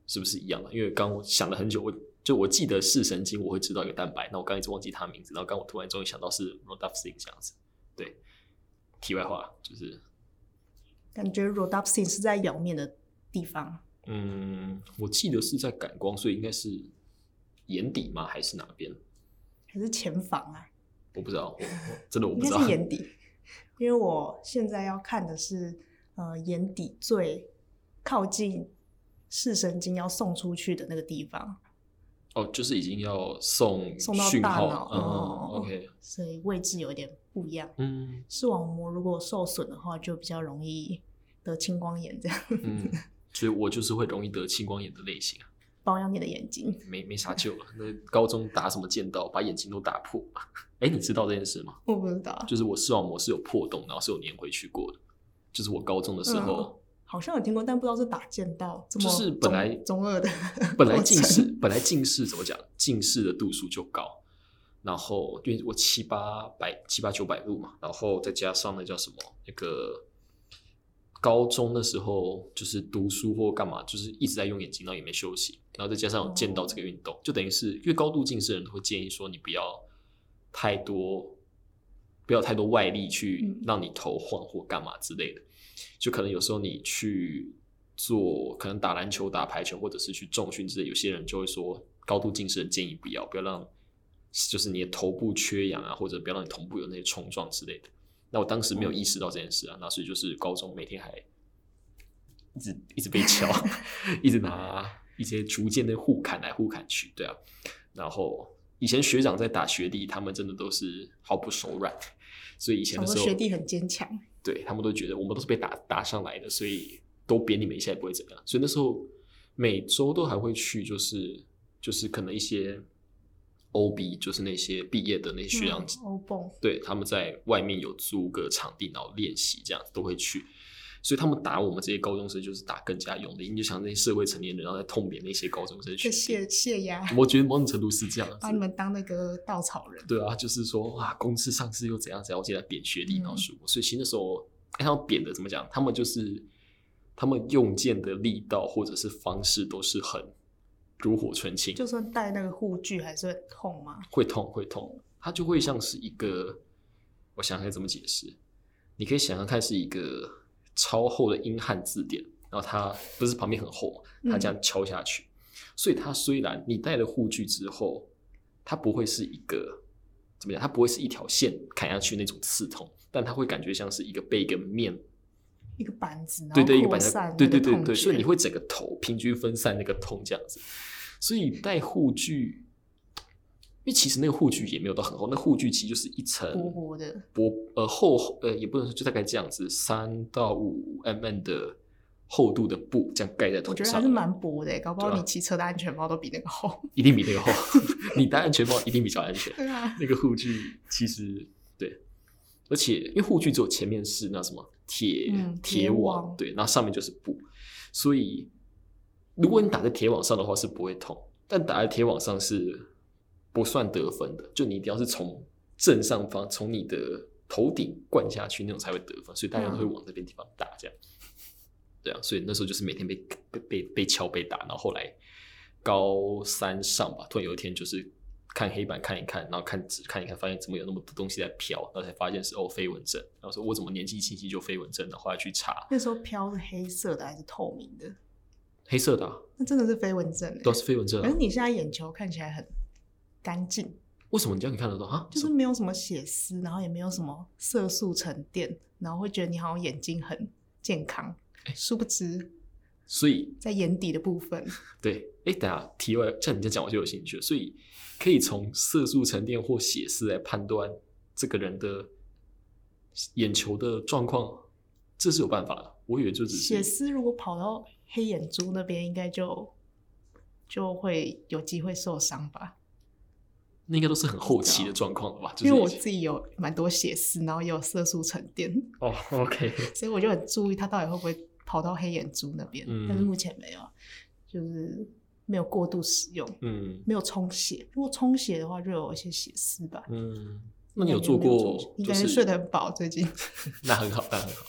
Speaker 1: 是不是一样啊的，因为刚我想了很久，我就我记得视神经我会知道一个蛋白，那我刚一直忘记它名字，然后刚我突然终于想到是 rhodopsin 这样子，对。题外话就是，
Speaker 2: 感觉 rhodopsin 是在表面的地方，
Speaker 1: 嗯，我记得是在感光，所以应该是眼底吗？还是哪边？
Speaker 2: 还是前房啊？
Speaker 1: 我不知道，我我真的我不
Speaker 2: 应
Speaker 1: 知
Speaker 2: 该
Speaker 1: 道。
Speaker 2: 是眼底，因为我现在要看的是呃眼底最靠近视神经要送出去的那个地方，
Speaker 1: 哦，就是已经要送
Speaker 2: 送到
Speaker 1: 讯
Speaker 2: 大
Speaker 1: 号，
Speaker 2: 脑
Speaker 1: 嗯
Speaker 2: 哦
Speaker 1: ，OK，
Speaker 2: 所以位置有一点不一样。
Speaker 1: 嗯
Speaker 2: 视网膜如果受损的话，就比较容易得青光眼，这样
Speaker 1: 嗯，所以我就是会容易得青光眼的类型啊，
Speaker 2: 保养你的眼睛。
Speaker 1: 没没啥救了。那高中打什么剑道，把眼睛都打破。哎，你知道这件事吗？
Speaker 2: 我不知道，嗯
Speaker 1: 就是我视网膜是有破洞，然后是有粘回去过的。就是我高中的时候，
Speaker 2: 好像有听过，但不知道是打剑道这么
Speaker 1: 就是本来
Speaker 2: 中中二的
Speaker 1: [LAUGHS]
Speaker 2: [LAUGHS]
Speaker 1: 本来近视
Speaker 2: 过程，
Speaker 1: 本来近视怎么讲？近视的度数就高，然后因为我七八百、七八九百度嘛，然后再加上那叫什么那个高中的时候就是读书或干嘛，就是一直在用眼睛，然后也没休息，然后再加上有见到这个运动，就等于是因为高度近视的人都会建议说你不要太多。不要太多外力去
Speaker 2: 嗯
Speaker 1: 让你头晃或干嘛之类的，就可能有时候你去做，可能打篮球、打排球，或者是去重训之类，有些人就会说，高度近视的建议不要，不要让就是你的头部缺氧啊，或者不要让你头部有那些冲撞之类的。那我当时没有意识到这件事啊，那所以就是高中每天还一直一直被敲， [LAUGHS] 一直拿一些逐渐的互砍来互砍去，对啊。然后以前学长在打学弟，他们真的都是毫不手软，所以以前
Speaker 2: 想
Speaker 1: 的
Speaker 2: 说
Speaker 1: 时候
Speaker 2: 学弟很坚强，
Speaker 1: 对他们都觉得我们都是被打打上来的，所以都扁你们一下也不会怎样。所以那时候每周都还会去，就是就是可能一些 OB，就是那些毕业的那些学长姐
Speaker 2: 嗯欧蹦，
Speaker 1: 对，他们在外面有租个场地，然后练习这样子都会去，所以他们打我们这些高中生就是打更加用力，你就想那些社会成年人，然后再痛扁那些高中生去。
Speaker 2: 就泄泄压，
Speaker 1: 我觉得某种程度是这样子
Speaker 2: 把你，们当那个稻草人，
Speaker 1: 对啊，就是说哇，公司上次又怎样怎样，我记得扁学弟
Speaker 2: 嗯
Speaker 1: 然后输我，所以其实那时候哎他们扁的怎么讲，他们就是他们用剑的力道或者是方式都是很炉火纯青，
Speaker 2: 就算戴那个护具还是会痛吗？
Speaker 1: 会痛会痛，它就会像是一个，我想想看怎么解释，你可以想象看是一个超厚的英汉字典，然后它不是旁边很厚嘛，它这样敲下去，所以它虽然你戴了护具之后，它不会是一个怎么讲，它不会是一条线砍下去那种刺痛，但它会感觉像是一个被一个面
Speaker 2: 一个板子，然
Speaker 1: 对
Speaker 2: 后
Speaker 1: 对，一个
Speaker 2: 扩
Speaker 1: 板桥
Speaker 2: 散，
Speaker 1: 对
Speaker 2: 那
Speaker 1: 对
Speaker 2: 个
Speaker 1: 对
Speaker 2: 痛
Speaker 1: 对，
Speaker 2: 觉
Speaker 1: 所以你会整个头平均分散那个痛这样子。所以戴护具，因为其实那个护具也没有到很厚，那护具其实就是一层
Speaker 2: 薄薄的，
Speaker 1: 薄呃厚呃也不能说就大概这样子，三到五 mm 的厚度的布这样盖在头
Speaker 2: 我
Speaker 1: 上，
Speaker 2: 觉得还是蛮薄的，搞不好
Speaker 1: 对啊
Speaker 2: 你骑车的安全帽都比那个
Speaker 1: [LAUGHS]
Speaker 2: 厚。
Speaker 1: 一定比那个厚，你戴安全帽一定比较安全。
Speaker 2: 对啊，
Speaker 1: 那个护具其实对，而且因为护具只有前面是那什么铁、
Speaker 2: 嗯
Speaker 1: 铁
Speaker 2: 铁
Speaker 1: 网，
Speaker 2: 网
Speaker 1: 对，然后上面就是布，所以如果你打在铁网上的话是不会痛，但打在铁网上是不算得分的，就你一定要是从正上方从你的头顶灌下去那种才会得分，所以大家都会
Speaker 2: 嗯
Speaker 1: 往这边地方打这样。对啊，所以那时候就是每天被被被被敲被打，然后后来高三上吧，突然有一天就是看黑板看一看，然后看纸看一看，发现怎么有那么多东西在飘，然后才发现是哦飞蚊症，然后说我怎么年纪轻轻就飞蚊症，然后后来去查
Speaker 2: 那时候飘是黑色的还是透明的？
Speaker 1: 黑色的、啊、
Speaker 2: 那真的是飞蚊症
Speaker 1: 都
Speaker 2: 哎。
Speaker 1: 是飞蚊症、
Speaker 2: 可
Speaker 1: 啊
Speaker 2: 是，你现在眼球看起来很干净，
Speaker 1: 为什么你这样可以看得到啊？
Speaker 2: 就是
Speaker 1: 什么
Speaker 2: 没有什么血丝，然后也没有什么色素沉淀，然后会觉得你好像眼睛很健康。
Speaker 1: 哎
Speaker 2: 殊不知，
Speaker 1: 所以
Speaker 2: 在眼底的部分，
Speaker 1: 对，哎，等一下题外，像你这样讲我就有兴趣了，所以可以从色素沉淀或血丝来判断这个人的眼球的状况，这是有办法的。我以为就只
Speaker 2: 血
Speaker 1: 是
Speaker 2: 丝如果跑到黑眼珠那边，应该就就会有机会受伤吧。
Speaker 1: 那应该都是很后期的状况了吧？就是
Speaker 2: 啊因为我
Speaker 1: 已经
Speaker 2: 自己有蛮多血丝，然后也有色素沉淀， [LAUGHS]
Speaker 1: 哦，OK，
Speaker 2: 所以我就很注意它到底会不会跑到黑眼珠那边。
Speaker 1: 嗯
Speaker 2: 但是目前没有，就是没有过度使用，
Speaker 1: 嗯
Speaker 2: 没有充血。如果充血的话，就有一些血丝吧。
Speaker 1: 嗯，那你有
Speaker 2: 感觉
Speaker 1: 做
Speaker 2: 没有充
Speaker 1: 过
Speaker 2: 血应
Speaker 1: 就
Speaker 2: 该
Speaker 1: 是
Speaker 2: 是睡得很饱，最近
Speaker 1: [LAUGHS] 那很好，那很好。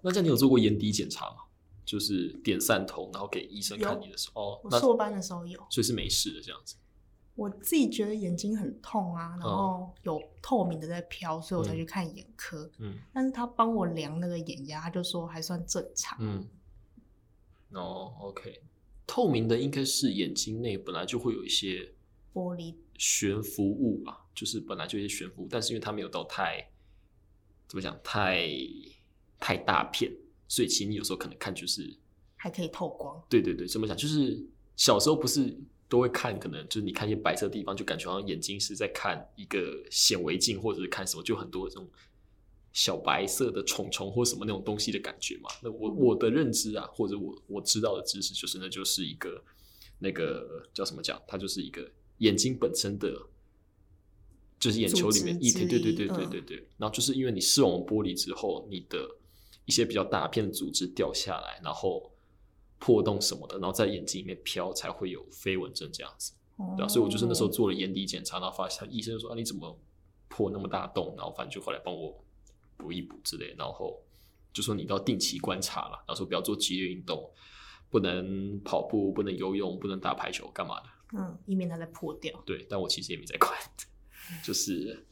Speaker 1: 那这样你有做过眼底检查吗？就是点散瞳，然后给医生
Speaker 2: 有
Speaker 1: 看你的时候，哦，
Speaker 2: 我
Speaker 1: 那
Speaker 2: 硕班的时候有。
Speaker 1: 所以是没事的这样子。
Speaker 2: 我自己觉得眼睛很痛啊，
Speaker 1: 哦
Speaker 2: 然后有透明的在飘，所以我才去看眼科。
Speaker 1: 嗯
Speaker 2: 但是他帮我量那个眼压，他就说还算正常。
Speaker 1: 嗯，哦，OK，透明的应该是眼睛内本来就会有一些
Speaker 2: 玻璃
Speaker 1: 悬浮物吧，就是本来就有一些悬浮物，但是因为它没有到太怎么讲太太大片，所以其实你有时候可能看就是
Speaker 2: 还可以透光，
Speaker 1: 对对对，怎么讲？就是小时候不是都会看，可能就是你看一些白色的地方，就感觉好像眼睛是在看一个显微镜，或者是看什么，就很多这种小白色的虫虫或什么那种东西的感觉嘛。那我我的认知啊，或者我我知道的知识，就是那就是一个那个叫什么讲，它就是一个眼睛本身的。就是眼球里面
Speaker 2: 组织
Speaker 1: 液体，对对对
Speaker 2: 之一嗯
Speaker 1: 对对对。然后就是因为你视网膜剥离之后，你的一些比较大片的组织掉下来，然后破洞什么的，然后在眼睛里面飘，才会有飞蚊症这样子。对啊，所以我就是那时候
Speaker 2: 哦
Speaker 1: 做了眼底检查，然后发现医生就说啊你怎么破那么大洞，然后反正就后来帮我补一补之类，然后就说你都要定期观察了，然后说不要做激烈运动，不能跑步，不能游泳，不能打排球，干嘛的？
Speaker 2: 嗯，以免它再破掉。
Speaker 1: 对，但我其实也没在管，就是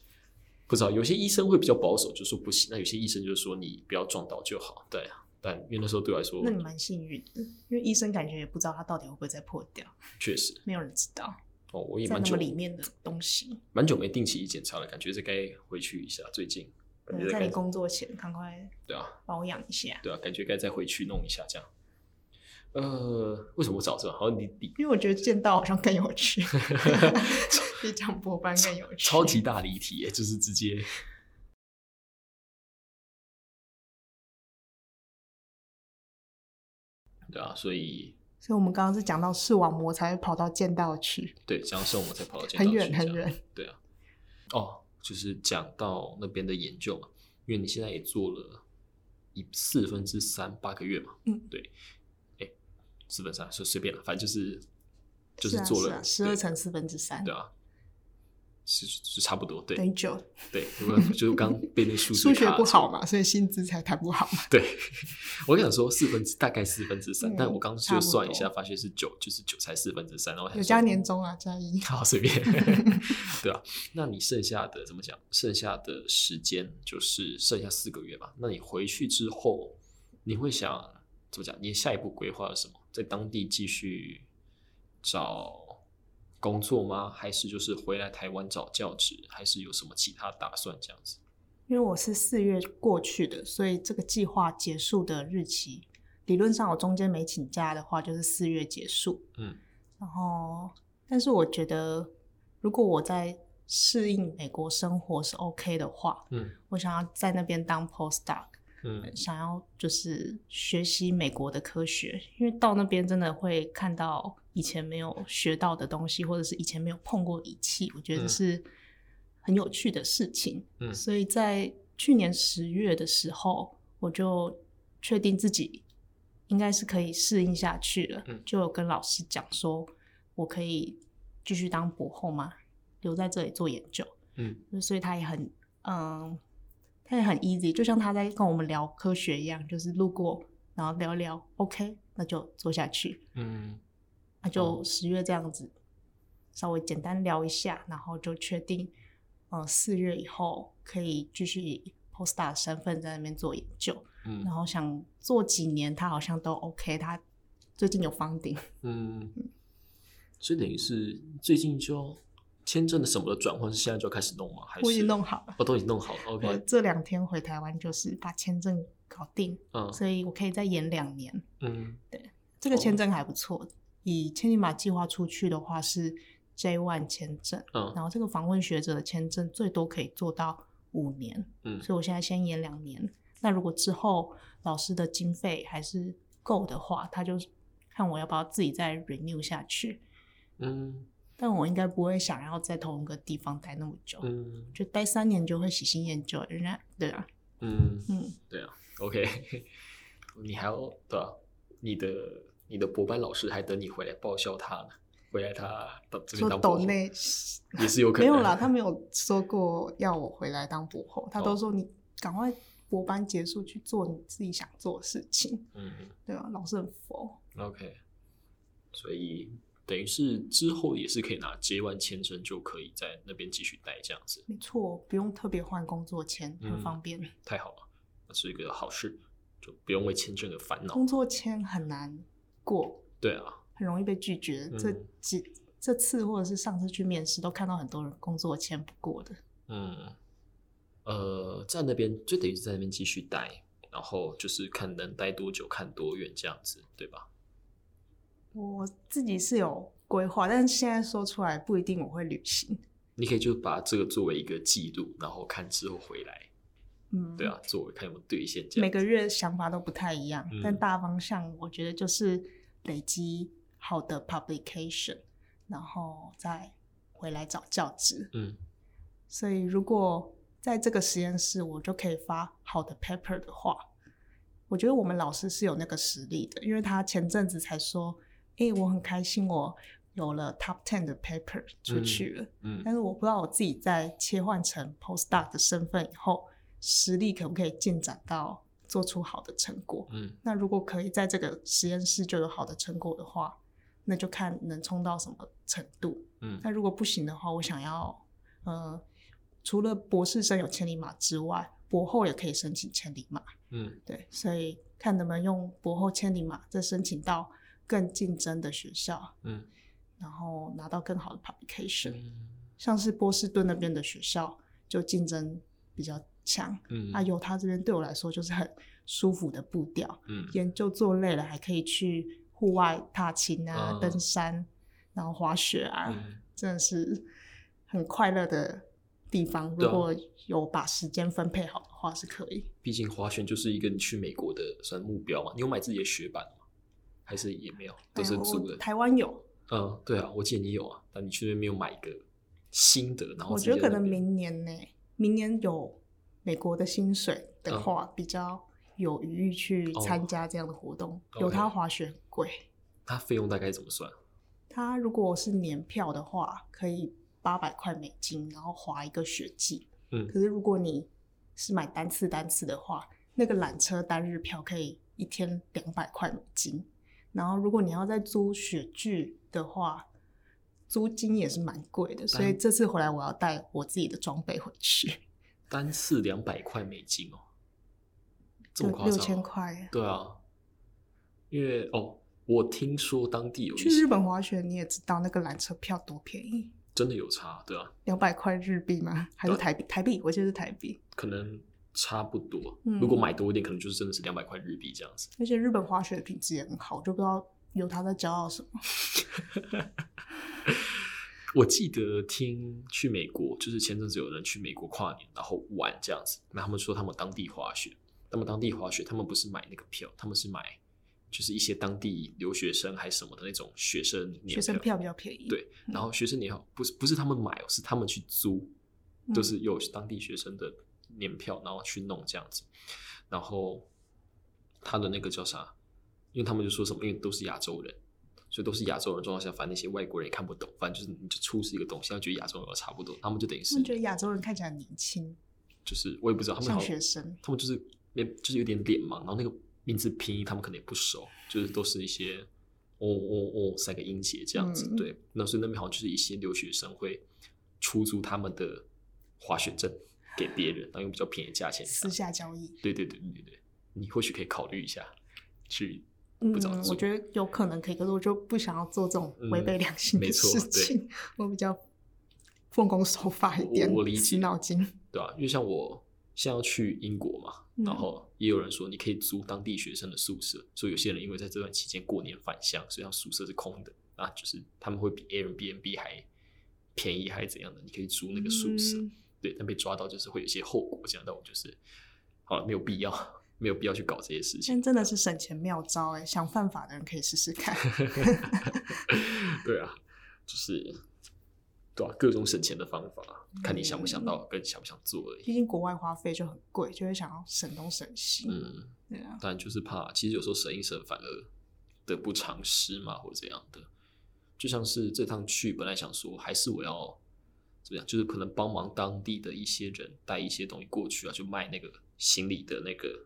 Speaker 1: 不知道有些医生会比较保守，就说不行；那有些医生就说你不要撞到就好，对啊。但因为那时候对我来说
Speaker 2: 那，你蛮幸运的，因为医生感觉也不知道它到底会不会再破掉，
Speaker 1: 确实
Speaker 2: 没有人知道
Speaker 1: 哦，我也
Speaker 2: 在
Speaker 1: 蛮
Speaker 2: 那
Speaker 1: 久
Speaker 2: 么里面的东西。
Speaker 1: 蛮久没定期检查了，感觉是该回去一下。最近感
Speaker 2: 嗯
Speaker 1: 觉
Speaker 2: 在
Speaker 1: 该
Speaker 2: 你工作前赶快
Speaker 1: 对啊，
Speaker 2: 保养一下，
Speaker 1: 对啊，感觉该再回去弄一下这样。呃，为什么我找这？好像你
Speaker 2: [LAUGHS]
Speaker 1: 你
Speaker 2: 因为我觉得剑道好像更有趣， [LAUGHS] 比讲博班更有趣。
Speaker 1: 超级大离题耶，就是直接对啊，所以
Speaker 2: 所以我们刚刚是讲到视网膜才会跑到剑道去，
Speaker 1: 对，这样送我才跑到剑
Speaker 2: 很
Speaker 1: 道去
Speaker 2: 远
Speaker 1: 这
Speaker 2: 很
Speaker 1: 样
Speaker 2: 远。
Speaker 1: 对啊，哦，就是讲到那边的研究嘛，因为你现在也做了一四分之三八个月嘛，
Speaker 2: 嗯
Speaker 1: 对，哎，四分之三随随便了，反正就是就是
Speaker 2: 啊
Speaker 1: 做
Speaker 2: 是
Speaker 1: 了
Speaker 2: 啊十二、
Speaker 1: 对
Speaker 2: 乘四分之三
Speaker 1: 对，啊，是是差不多，对
Speaker 2: 等于九。
Speaker 1: 对，我就是刚被那数
Speaker 2: 数学
Speaker 1: 卡
Speaker 2: 不
Speaker 1: 住
Speaker 2: 好嘛，所以薪资才谈不好嘛。
Speaker 1: 对，我想说四分之大概四分之三，但
Speaker 2: 嗯
Speaker 1: 我刚
Speaker 2: 差
Speaker 1: 就
Speaker 2: 不
Speaker 1: 算一下，
Speaker 2: 多
Speaker 1: 发现是九，就是九才四分之三，然后我想
Speaker 2: 有
Speaker 1: 说
Speaker 2: 加年终啊，加一。
Speaker 1: 好随便，
Speaker 2: [LAUGHS]
Speaker 1: 对啊，那你剩下的怎么讲？剩下的时间就是剩下四个月嘛。那你回去之后，你会想怎么讲？你下一步规划是什么？在当地继续找工作吗？还是就是回来台湾找教职？还是有什么其他打算这样子？
Speaker 2: 因为我是四月过去的，所以这个计划结束的日期，理论上我中间没请假的话，就是四月结束。
Speaker 1: 嗯，
Speaker 2: 然后，但是我觉得，如果我在适应美国生活是 OK 的话，
Speaker 1: 嗯
Speaker 2: 我想要在那边当 postdoc，
Speaker 1: 嗯
Speaker 2: 想要就是学习美国的科学，因为到那边真的会看到以前没有学到的东西，或者是以前没有碰过仪器，我觉得
Speaker 1: 嗯
Speaker 2: 是很有趣的事情。
Speaker 1: 嗯
Speaker 2: 所以在去年十月的时候，我就确定自己应该是可以适应下去了，
Speaker 1: 嗯
Speaker 2: 就有跟老师讲说，我可以继续当博后吗？留在这里做研究。
Speaker 1: 嗯
Speaker 2: 所以他也很嗯，他也很 easy，就像他在跟我们聊科学一样，就是路过然后聊一聊，OK，那就做下去，
Speaker 1: 嗯
Speaker 2: 那就
Speaker 1: 哦
Speaker 2: 十月这样子，稍微简单聊一下，然后就确定，呃，四月以后可以继续以 postdoc 身份在那边做研究，
Speaker 1: 嗯
Speaker 2: 然后想做几年，他好像都 OK，他最近有 funding，
Speaker 1: [LAUGHS] 嗯，所以等于是最近就签证的什么的转换是现在就要开始弄吗？还是
Speaker 2: 我已经弄好了，
Speaker 1: 哦，都已经弄好了。
Speaker 2: 我
Speaker 1: OK，
Speaker 2: 这两天回台湾就是把签证搞定，
Speaker 1: 嗯
Speaker 2: 所以我可以再延两年。
Speaker 1: 嗯
Speaker 2: 这个签证还不错，以千里马计划出去的话是 J one 签证，
Speaker 1: 嗯
Speaker 2: 然后这个访问学者的签证最多可以做到五年，
Speaker 1: 嗯
Speaker 2: 所以我现在先延两年。那如果之后老师的经费还是够的话，他就看我要不要自己再 renew 下去。
Speaker 1: 嗯
Speaker 2: 但我应该不会想要在同一个地方待那么久，
Speaker 1: 嗯
Speaker 2: 就待三年就会喜新厌旧，人家对啊，
Speaker 1: 嗯，
Speaker 2: 嗯，
Speaker 1: 对啊，OK，你还要对啊，你的你的博班老师还等你回来报效他呢，回来他到这边
Speaker 2: 说
Speaker 1: 当博
Speaker 2: 抖
Speaker 1: 后
Speaker 2: 内
Speaker 1: 也是有可
Speaker 2: 没
Speaker 1: 能，
Speaker 2: 有啦，他没有说过要我回来当博后，他
Speaker 1: 哦
Speaker 2: 都说你赶快博班结束去做你自己想做的事情，
Speaker 1: 嗯
Speaker 2: 对吧、老师很佛，
Speaker 1: ，OK，所以等于是之后也是可以拿 J one 签证就可以在那边继续待这样子，
Speaker 2: 没错，不用特别换工作签，
Speaker 1: 嗯
Speaker 2: 很方便。
Speaker 1: 太好了，那是一个好事，就不用为签证而烦恼。
Speaker 2: 工作签很难过，
Speaker 1: 对啊，
Speaker 2: 很容易被拒绝。这
Speaker 1: 嗯
Speaker 2: 几这次或者是上次去面试，都看到很多人工作签不过的。
Speaker 1: 嗯，呃，在那边就等于是在那边继续待，然后就是看能待多久，看多远这样子，对吧？
Speaker 2: 我自己是有规划，但是现在说出来不一定我会履行。
Speaker 1: 你可以就把这个作为一个记录，然后看之后回来，
Speaker 2: 嗯，
Speaker 1: 对啊，作为看有没有兑现这
Speaker 2: 每
Speaker 1: 样。
Speaker 2: 个月想法都不太一样，
Speaker 1: 嗯
Speaker 2: 但大方向我觉得就是累积好的 publication，然后再回来找教职。
Speaker 1: 嗯
Speaker 2: 所以如果在这个实验室我就可以发好的 paper 的话，我觉得我们老师是有那个实力的，因为他前阵子才说，哎、我很开心我有了 top ten 的 paper 出去了，
Speaker 1: 嗯
Speaker 2: 但是我不知道我自己在切换成 postdoc 的身份以后，实力可不可以进展到做出好的成果？
Speaker 1: 嗯
Speaker 2: 那如果可以在这个实验室就有好的成果的话，那就看能冲到什么程度。
Speaker 1: 嗯
Speaker 2: 那如果不行的话，我想要，呃，除了博士生有千里马之外，博后也可以申请千里马。
Speaker 1: 嗯
Speaker 2: 对，所以看能不能用博后千里马再申请到更竞争的学校，
Speaker 1: 嗯
Speaker 2: 然后拿到更好的 publication。
Speaker 1: 嗯
Speaker 2: 像是波士顿那边的学校就竞争比较强，
Speaker 1: 嗯
Speaker 2: 那犹他这边对我来说就是很舒服的步调。
Speaker 1: 嗯
Speaker 2: 研究做累了，还可以去户外踏青啊、
Speaker 1: 嗯
Speaker 2: 登山，然后滑雪啊，
Speaker 1: 嗯
Speaker 2: 真的是很快乐的地方。
Speaker 1: 对
Speaker 2: 如
Speaker 1: 啊
Speaker 2: 果有把时间分配好的话，是可以。
Speaker 1: 毕竟滑雪就是一个你去美国的算目标嘛。你有买自己的雪板吗？还是也没有，都是
Speaker 2: 哎我
Speaker 1: 租的。
Speaker 2: 台湾有，
Speaker 1: 嗯，对啊，我记得你有啊，但你去那边没有买一个新的，然后
Speaker 2: 我
Speaker 1: 直
Speaker 2: 觉得
Speaker 1: 接
Speaker 2: 可
Speaker 1: 在那
Speaker 2: 能
Speaker 1: 边
Speaker 2: 明年呢、明年有美国的薪水的话，比较有余裕去
Speaker 1: 嗯哦
Speaker 2: 参加这样的活动。
Speaker 1: OK
Speaker 2: 有它滑雪很贵，
Speaker 1: 它费用大概怎么算？
Speaker 2: 它如果是年票的话，可以八百块美金，然后滑一个雪季。
Speaker 1: 嗯
Speaker 2: 可是如果你是买单次单次的话，那个缆车单日票可以一天两百块美金。然后如果你要再租雪具的话，租金也是蛮贵的。所以这次回来我要带我自己的装备回去，
Speaker 1: 单次两百块美金哦， [LAUGHS] 这
Speaker 2: 就
Speaker 1: 么夸
Speaker 2: 六
Speaker 1: 张、啊哦
Speaker 2: 千。块。
Speaker 1: 对啊，因为哦，我听说当地有一
Speaker 2: 去
Speaker 1: 些
Speaker 2: 日本滑雪你也知道那个缆车票多便宜，
Speaker 1: 真的有差，对啊，
Speaker 2: 两百块日币吗？还是
Speaker 1: 对
Speaker 2: 台币？台币，我记得是台币。
Speaker 1: 可能差不多。
Speaker 2: 嗯
Speaker 1: 如果买多一点，可能就是真的是两百块日币这样子。
Speaker 2: 而且日本滑雪的品质也很好，我就不知道有他在骄傲什么。
Speaker 1: 我记得听去美国，就是前阵子有人去美国跨年，然后玩这样子。那他们说他们当地滑雪，他们当地滑雪，他们不是买那个票，他们是买就是一些当地留学生还是什么的那种学生年
Speaker 2: 学生票比较便宜。
Speaker 1: 对然后学生年票不是不是他们买哦，是他们去租，
Speaker 2: 嗯
Speaker 1: 就是有当地学生的年票，然后去弄这样子。然后他的那个叫啥？因为他们就说什么，因为都是亚洲人，所以都是亚洲人状况下，反正那些外国人也看不懂，反正就是你就出示一个东西，他觉得亚洲人都差不多，他们就等于
Speaker 2: 我
Speaker 1: 是
Speaker 2: 们觉得亚洲人看起来很年轻，
Speaker 1: 就是我也不知道他们
Speaker 2: 像
Speaker 1: 好
Speaker 2: 学生。
Speaker 1: 他们就是面就是有点脸盲，然后那个名字拼音他们可能也不熟，就是都是一些哦哦哦三个音节这样子。
Speaker 2: 嗯
Speaker 1: 对，那所以那边好像就是一些留学生会出租他们的滑雪证给别人，然后用比较便宜的价钱。
Speaker 2: 私下交易，
Speaker 1: 对对对对对对，你或许可以考虑一下去。
Speaker 2: 嗯
Speaker 1: 不知道做，
Speaker 2: 我觉得有可能可以，可是我就不想要做这种违背良
Speaker 1: 嗯
Speaker 2: 心
Speaker 1: 没
Speaker 2: 的
Speaker 1: 错
Speaker 2: 事情，我比较奉公守法一点，
Speaker 1: 我我理解
Speaker 2: 死脑筋。
Speaker 1: 对啊，因为像我现在要去英国嘛，
Speaker 2: 嗯
Speaker 1: 然后也有人说你可以租当地学生的宿舍，所以有些人因为在这段期间过年返乡，所以他宿舍是空的，那就是他们会比 Airbnb 还便宜还怎样的，你可以租那个宿舍，
Speaker 2: 嗯
Speaker 1: 对，但被抓到就是会有一些后果，这样，但我就是好了，没有必要，没有必要去搞这些事
Speaker 2: 现
Speaker 1: 情，
Speaker 2: 在真的是省钱妙招哎、想犯法的人可以试试
Speaker 1: [LAUGHS]
Speaker 2: 看。
Speaker 1: 对啊，就是对啊，各种省钱的方法，看你想不想到，跟想不想做而
Speaker 2: 毕
Speaker 1: 已，
Speaker 2: 竟国外花费就很贵，就会想要省东省西。
Speaker 1: 嗯。
Speaker 2: 对啊，
Speaker 1: 但就是怕，其实有时候省一省反而得不偿失嘛，或者怎样的。就像是这趟去，本来想说还是我要怎么样，就是可能帮忙当地的一些人带一些东西过去啊，就卖那个行李的那个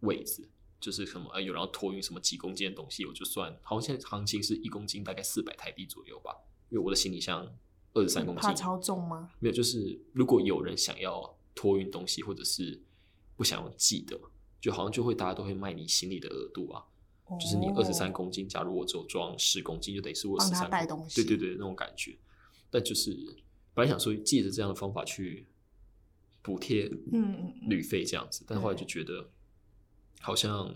Speaker 1: 位置，就是什么、呃、有人要托运什么几公斤的东西，我就算好像现在行情是一公斤大概四百台币左右吧，因为我的行李箱二十三公
Speaker 2: 嗯怕
Speaker 1: 斤，
Speaker 2: 超重吗？
Speaker 1: 没有，就是如果有人想要托运东西，或者是不想要寄的嘛，就好像就会大家都会卖你行李的额度啊，就是你
Speaker 2: 哦
Speaker 1: 二十三，公斤，假如我只有装十公斤，就等于是我
Speaker 2: 帮
Speaker 1: 十
Speaker 2: 他
Speaker 1: 三
Speaker 2: 带东西
Speaker 1: 对对对，那种感觉。但就是本来想说借着这样的方法去补贴
Speaker 2: 嗯嗯嗯
Speaker 1: 旅费这样子，但后来就觉得好像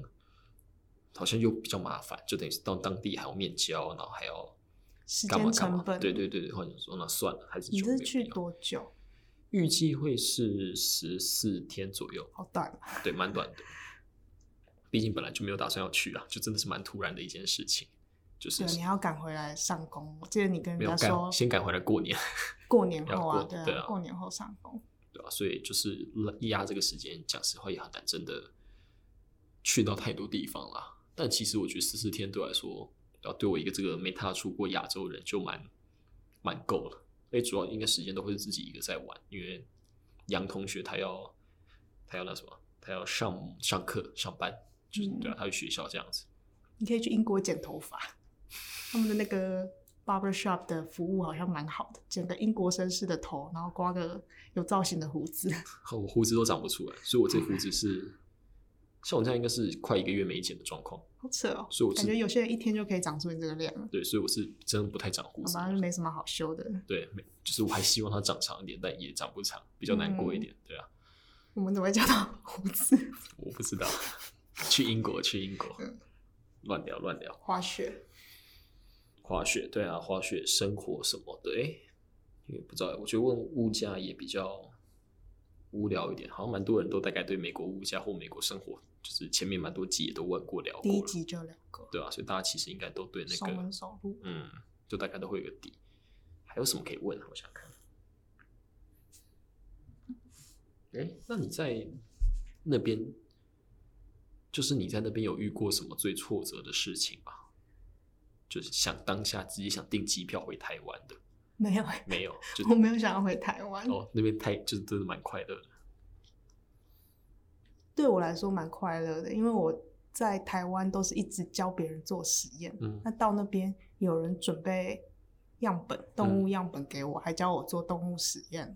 Speaker 1: 好像又比较麻烦，就等于是到当地还要面交，然后还要
Speaker 2: 时
Speaker 1: 干嘛
Speaker 2: 间
Speaker 1: 干嘛
Speaker 2: 成本。啊
Speaker 1: 对对对对，后来就说那算了，还是
Speaker 2: 你
Speaker 1: 就
Speaker 2: 这
Speaker 1: 没有
Speaker 2: 去
Speaker 1: 必要
Speaker 2: 多久？
Speaker 1: 预计会是十四天左右，
Speaker 2: 好短
Speaker 1: [LAUGHS]
Speaker 2: 啊，
Speaker 1: 对，蛮短的。毕竟本来就没有打算要去啊，就真的是蛮突然的一件事情，就是
Speaker 2: 对，啊你还要赶回来上工。我记得你跟
Speaker 1: 没
Speaker 2: 人
Speaker 1: 有
Speaker 2: 家
Speaker 1: 赶
Speaker 2: 说，
Speaker 1: 先赶回来过年，
Speaker 2: 过年
Speaker 1: 要
Speaker 2: 后
Speaker 1: 过
Speaker 2: 啊，对
Speaker 1: 对啊
Speaker 2: 过年后上工。
Speaker 1: 对吧、所以就是压这个时间，讲实话也很难真的去到太多地方啦。但其实我觉得十四天对我来说，要对我一个这个没踏出过亚洲人就蛮蛮够了。所以主要应该时间都会是自己一个在玩，因为杨同学他要他要那什么，他要上上课上班，就是
Speaker 2: 嗯
Speaker 1: 对啊，他去学校这样子。
Speaker 2: 你可以去英国剪头发，他们的那个 barber shop 的服务好像蛮好的，剪个英国绅士的头，然后刮个有造型的胡子。
Speaker 1: 好我胡子都长不出来，所以我这胡子
Speaker 2: [LAUGHS]
Speaker 1: 是像我这样应该是快一个月没剪的状况。
Speaker 2: 好扯哦，
Speaker 1: 所以我是
Speaker 2: 感觉有些人一天就可以长出你这个量了，
Speaker 1: 对，所以我是真的不太长胡
Speaker 2: 好
Speaker 1: 子的。
Speaker 2: 吧，就没什么好修的。
Speaker 1: 对，没就是我还希望它长长一点，但也长不长，比较难过一点。对啊，
Speaker 2: 我们怎么会叫到 [LAUGHS] 胡子？
Speaker 1: 我不知道。 [LAUGHS] 去英国，去英国
Speaker 2: 嗯，
Speaker 1: 乱聊乱聊。
Speaker 2: 滑雪，
Speaker 1: 滑雪，对啊，滑雪生活什么的，哎，因为不知道，我觉得问物价也比较无聊一点，好像蛮多人都大概对美国物价或美国生活，就是前面蛮多集也都问过聊
Speaker 2: 第
Speaker 1: 过
Speaker 2: 一
Speaker 1: 了，
Speaker 2: 集就聊过，
Speaker 1: 对啊，所以大家其实应该都对那
Speaker 2: 熟
Speaker 1: 个
Speaker 2: 门熟路。
Speaker 1: 嗯，就大概都会有个底。还有什么可以问啊？我想看。哎、那你在那边，就是你在那边有遇过什么最挫折的事情吗？就是想当下自己想订机票回台湾的，
Speaker 2: 没有，欸
Speaker 1: 没有，就
Speaker 2: 我没有想要回台湾。
Speaker 1: 哦，那边太就是真的蛮快乐的。
Speaker 2: 对我来说蛮快乐的，因为我在台湾都是一直教别人做实验，
Speaker 1: 嗯
Speaker 2: 那到那边有人准备样本，动物样本给我，还教我做动物实验，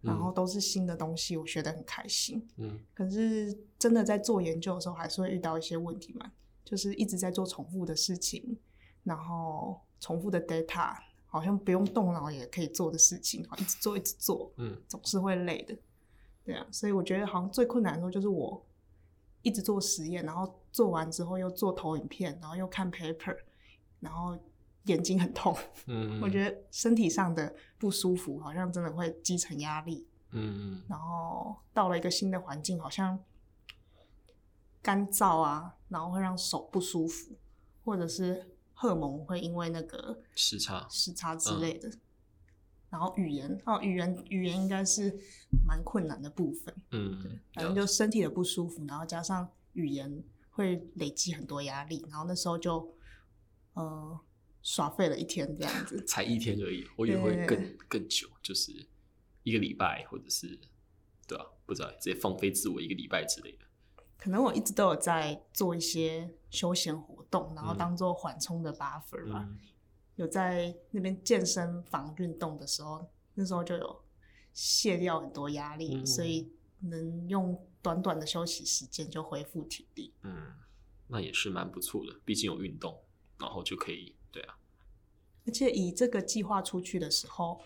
Speaker 2: 然后都是新的东西，我学得很开心。
Speaker 1: 嗯
Speaker 2: 可是真的在做研究的时候，还是会遇到一些问题嘛，就是一直在做重复的事情，然后重复的 data，好像不用动脑也可以做的事情，一直做一直做，
Speaker 1: 嗯
Speaker 2: 总是会累的。对啊，所以我觉得好像最困难的时候就是我一直做实验，然后做完之后又做投影片，然后又看 paper，然后眼睛很痛。
Speaker 1: 嗯，
Speaker 2: 我觉
Speaker 1: 得
Speaker 2: 得身体上的不舒服好像真的会积成压力，
Speaker 1: 嗯嗯
Speaker 2: 然后到了一个新的环境，好像干燥啊，然后会让手不舒服，或者是荷尔蒙会因为那个
Speaker 1: 时差
Speaker 2: 时差之类的。然后语言哦，语言语言应该是蛮困难的部分，
Speaker 1: 嗯，。
Speaker 2: 反正就身体的不舒服，然后加上语言会累积很多压力，然后那时候就呃耍废了一天这样子
Speaker 1: 才一天而已，我以为会
Speaker 2: 对
Speaker 1: 更更久，就是一个礼拜或者是对啊，不知道直接放飞自我一个礼拜之类的。
Speaker 2: 可能我一直都有在做一些休闲活动，然后
Speaker 1: 嗯
Speaker 2: 当做缓冲的 buffer 吧。
Speaker 1: 嗯
Speaker 2: 有在那边健身房运动的时候，那时候就有卸掉很多压力，
Speaker 1: 嗯
Speaker 2: 所以能用短短的休息时间就恢复体力。
Speaker 1: 嗯，那也是蛮不错的，毕竟有运动，然后就可以对啊，
Speaker 2: 而且以这个计划出去的时候，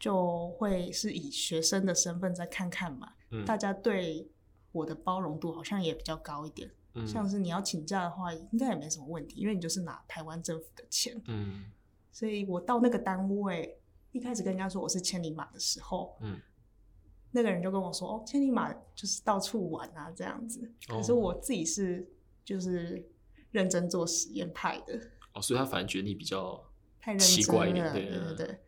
Speaker 2: 就会是以学生的身份再看看嘛，
Speaker 1: 嗯，
Speaker 2: 大家对我的包容度好像也比较高一点。
Speaker 1: 嗯
Speaker 2: 像是你要请假的话，应该也没什么问题，因为你就是拿台湾政府的钱。
Speaker 1: 嗯
Speaker 2: 所以我到那个单位，一开始跟人家说我是千里马的时候，
Speaker 1: 嗯，
Speaker 2: 那个人就跟我说：“哦，千里马就是到处玩啊，这样子。”
Speaker 1: 哦
Speaker 2: 可是我自己是就是认真做实验派的，
Speaker 1: 哦，所以他反而觉得你比较
Speaker 2: 太认
Speaker 1: 奇
Speaker 2: 真
Speaker 1: 怪一
Speaker 2: 了，
Speaker 1: 点
Speaker 2: 对
Speaker 1: 对嗯
Speaker 2: 对对。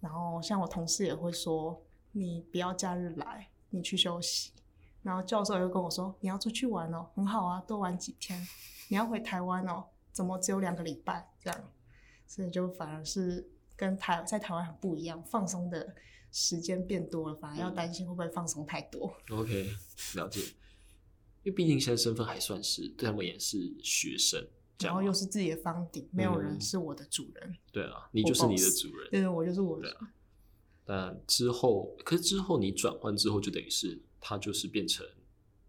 Speaker 2: 然后像我同事也会说：“你不要假日来，你去休息。”然后教授又跟我说：“你要出去玩哦，很好啊，多玩几天。你要回台湾哦，怎么只有两个礼拜这样？”所以就反而是跟台在台湾很不一样，放松的时间变多了，反而要
Speaker 1: 嗯
Speaker 2: 担心会不会放松太多。
Speaker 1: OK，了解，因为毕竟现在身份还算是对他们而言是学生，这
Speaker 2: 然
Speaker 1: 样
Speaker 2: 后
Speaker 1: 吗
Speaker 2: 又是自己的方顶，没有人
Speaker 1: 嗯
Speaker 2: 是我的主人，
Speaker 1: 对啊，你就是你的
Speaker 2: boss
Speaker 1: 主人，
Speaker 2: 对对，我就是我的
Speaker 1: 对啊
Speaker 2: 主人。
Speaker 1: 但之后，可是之后你转换之后，就等于是他就是变成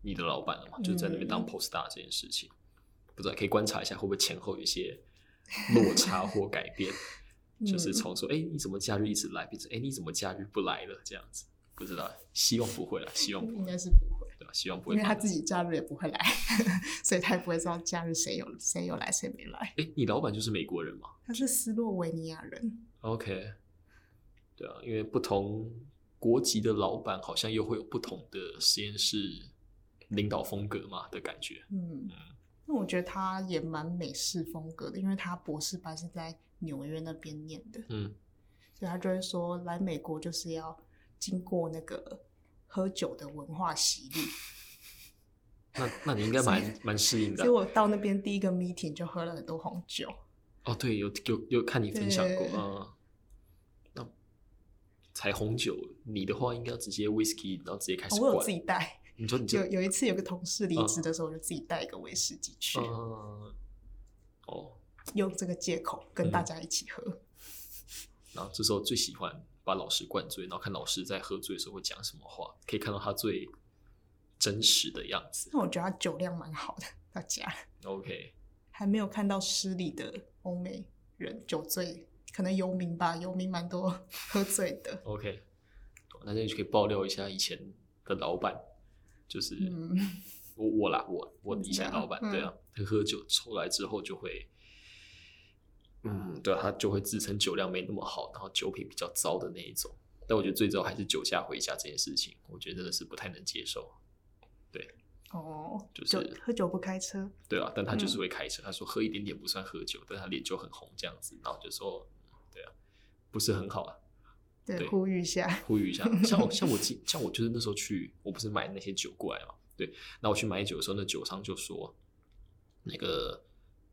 Speaker 1: 你的老板了嘛，就是在那边当
Speaker 2: 嗯
Speaker 1: post star 这件事情，不知道可以观察一下会不会前后有一些落
Speaker 2: [LAUGHS]
Speaker 1: 差或改变，
Speaker 2: 嗯
Speaker 1: 就是从说，哎、你怎么假日一直来，变成哎、你怎么假日不来了这样子，不知道，希望不会啦，希望不
Speaker 2: 应
Speaker 1: 会，
Speaker 2: 该是不会。
Speaker 1: 对吧？啊希望不会
Speaker 2: 因为
Speaker 1: 发
Speaker 2: 他
Speaker 1: 生。
Speaker 2: 自己假日也不会来，所以他也不会知道假日谁有谁有来谁没来。
Speaker 1: 哎、你老板就是美国人嘛
Speaker 2: 他是斯洛维尼亚人，
Speaker 1: ？OK，对啊，因为不同国籍的老板好像又会有不同的实验室领导风格嘛的感觉。
Speaker 2: 嗯，那我觉得他也蛮美式风格的，因为他博士班是在纽约那边念的，
Speaker 1: 嗯，
Speaker 2: 所以他就会说来美国就是要经过那个喝酒的文化洗礼。
Speaker 1: 那那你应该蛮蛮适应的啊
Speaker 2: 所以。我到那边第一个 meeting 就喝了很多红酒。
Speaker 1: 哦，对，有有有看你分享过
Speaker 2: 对
Speaker 1: 啊。那才红酒，你的话应该要直接 whisky，然后直接开始
Speaker 2: 哦
Speaker 1: 灌。
Speaker 2: 我有自己带，
Speaker 1: 你说你就
Speaker 2: 有有一次有个同事离职的时候，我就自己带一个威士忌去，
Speaker 1: 嗯，哦，
Speaker 2: 用这个借口跟
Speaker 1: 嗯
Speaker 2: 大家一起喝。
Speaker 1: 然后这时候最喜欢把老师灌醉，然后看老师在喝醉的时候会讲什么话，可以看到他最真实的样子。
Speaker 2: 那我觉得他酒量蛮好的，大家
Speaker 1: OK，
Speaker 2: 还没有看到失礼的欧美人酒醉，可能游民吧，游民蛮多 [LAUGHS] 喝醉的。
Speaker 1: OK，那这里就可以爆料一下以前的老板，就是、
Speaker 2: 嗯，
Speaker 1: 我我啦，我我
Speaker 2: 你
Speaker 1: 以前
Speaker 2: 知道
Speaker 1: 老板、
Speaker 2: 嗯
Speaker 1: 对啊，他喝酒抽来之后就会，嗯，对啊，他就会自称酒量没那么好，然后酒品比较糟的那一种。但我觉得最糟还是酒驾回家这件事情，我觉得真的是不太能接受。
Speaker 2: 哦，
Speaker 1: 就是
Speaker 2: 酒喝酒不开车，
Speaker 1: 对啊，但他
Speaker 2: 嗯
Speaker 1: 就是会开车，他说喝一点点不算喝酒，但他脸就很红这样子，然后就说，嗯对啊，不是很好啊。
Speaker 2: 对，
Speaker 1: 对
Speaker 2: 呼吁一下，
Speaker 1: 呼吁一下， [LAUGHS] 像我像我记像我就是那时候去，我不是买那些酒过来嘛，对，那我去买酒的时候，那酒商就说，那个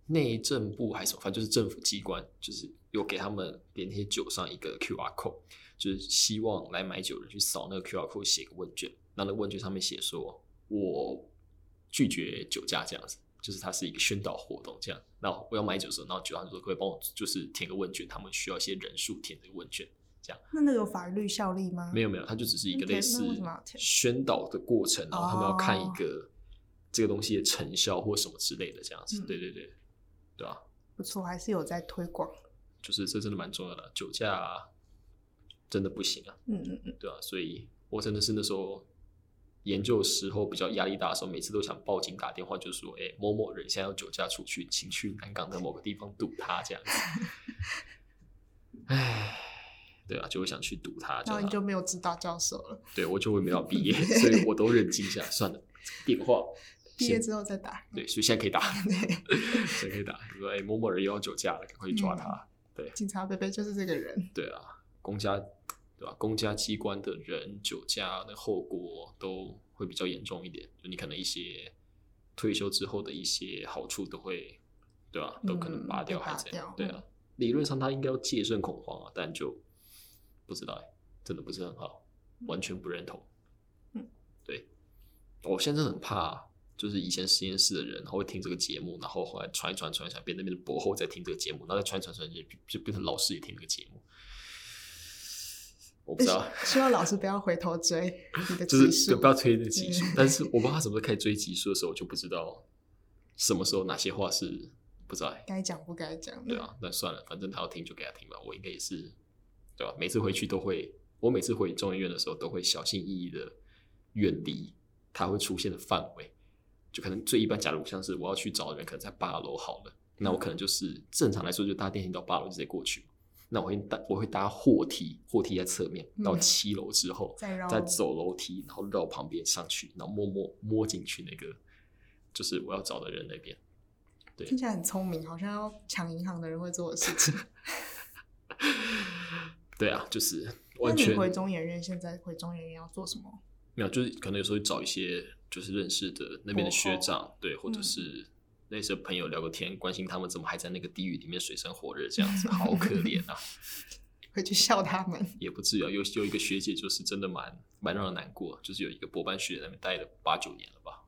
Speaker 1: 内政部还是什么，反正就是政府机关，就是有给他们给那些酒商一个 QR code，就是希望来买酒的人去扫那个 QR code 写个问卷，那那问卷上面写说我拒绝酒驾这样子。就是它是一个宣导活动，这样。那我要买酒的时候，然后酒商就说：“可不可以帮我就是填个问卷？他们需要一些人数填这个问卷。”
Speaker 2: 那那个有法律效力吗？
Speaker 1: 没
Speaker 2: 有，
Speaker 1: 有没有，它就只是一个类
Speaker 2: 那填
Speaker 1: 似
Speaker 2: 那为什么要填
Speaker 1: 宣导的过程，然后他们要看一
Speaker 2: 哦
Speaker 1: 个这个东西的成效或什么之类的这样子。
Speaker 2: 嗯
Speaker 1: 对对对，对啊，
Speaker 2: 不错，还是有在推广。
Speaker 1: 就是这真的蛮重要的，酒驾、真的不行啊，
Speaker 2: 嗯嗯嗯，
Speaker 1: 对啊，所以我真的是那时候研究时候比较压力大的时候，每次都想报警打电话，就说：“哎、某某人现在要酒驾出去，请去南港的某个地方堵他。”
Speaker 2: [LAUGHS]
Speaker 1: 这样子。唉，对啊，就会想去堵他，这
Speaker 2: 然后
Speaker 1: 样
Speaker 2: 嗯你
Speaker 1: 啊
Speaker 2: 就没有指导教授了，
Speaker 1: 对我就会没有毕
Speaker 2: [LAUGHS]
Speaker 1: 业，所以我都认清一下，算了，电话
Speaker 2: 毕业
Speaker 1: 先
Speaker 2: 之后再打。
Speaker 1: 对，所以现在可以打，
Speaker 2: 对，
Speaker 1: 现在可以打。说哎，某某人又要酒驾了，赶快去抓他。
Speaker 2: 警察贝贝就是这个人。
Speaker 1: 对啊，公家对吧、公家机关的人酒驾的后果都会比较严重一点，就你可能一些退休之后的一些好处都会对吧、都可能
Speaker 2: 嗯
Speaker 1: 拔
Speaker 2: 被
Speaker 1: 掉还
Speaker 2: 拔
Speaker 1: 是怎样？
Speaker 2: 掉嗯
Speaker 1: 对啊，理论上他应该要戒慎恐慌啊，但就不知道哎，真的不是很好，完全不认同。
Speaker 2: 嗯，
Speaker 1: 对，我现在真的很怕。就是以前实验室的人，然后会听这个节目，然后后来传一传传一传，变那边的博后在听这个节目，然后再传一传传一传，就就变成老师也听这个节目。我不知道，
Speaker 2: 希望老师不要回头追你的
Speaker 1: 就是
Speaker 2: 技术
Speaker 1: 对不要推那集数
Speaker 2: 嗯，
Speaker 1: 但是我不知道他什么时候开始追集数的时候，我就不知道什么时候哪些话是不在。
Speaker 2: 该讲不该讲。
Speaker 1: 对，啊，那算了，反正他要听就给他听吧。我应该也是，对吧、每次回去都会，我每次回中医院的时候都会小心翼翼的远离它会出现的范围。就可能最一般，假如像是我要去找人，可能在八楼好了，那我可能就是正常来说就搭电梯到八楼就直接过去。那我会搭我会搭货梯，货梯在侧面，到
Speaker 2: 嗯哦
Speaker 1: 七楼之后、
Speaker 2: 再绕
Speaker 1: 再走楼梯，然后绕旁边上去，然后摸摸摸进去那个就是我要找的人那边。对
Speaker 2: 听起来很聪明，好像要抢银行的人会做的事
Speaker 1: [LAUGHS]
Speaker 2: 情。
Speaker 1: 对啊，就是
Speaker 2: 那
Speaker 1: 完
Speaker 2: 你
Speaker 1: 全
Speaker 2: 回中研院，现在回中研院要做什么？
Speaker 1: 没有，就是可能有时候找一些就是认识的那边的学长，对，或者
Speaker 2: 嗯
Speaker 1: 是类似的朋友聊个天，关心他们怎么还在那个地狱里面水深火热这样子，好可怜
Speaker 2: [LAUGHS]
Speaker 1: 啊！
Speaker 2: 回去笑他们。
Speaker 1: 也不至于啊，有有一个学姐就是真的蛮蛮让人难过，就是有一个博班学姐在那边待了八九年了吧，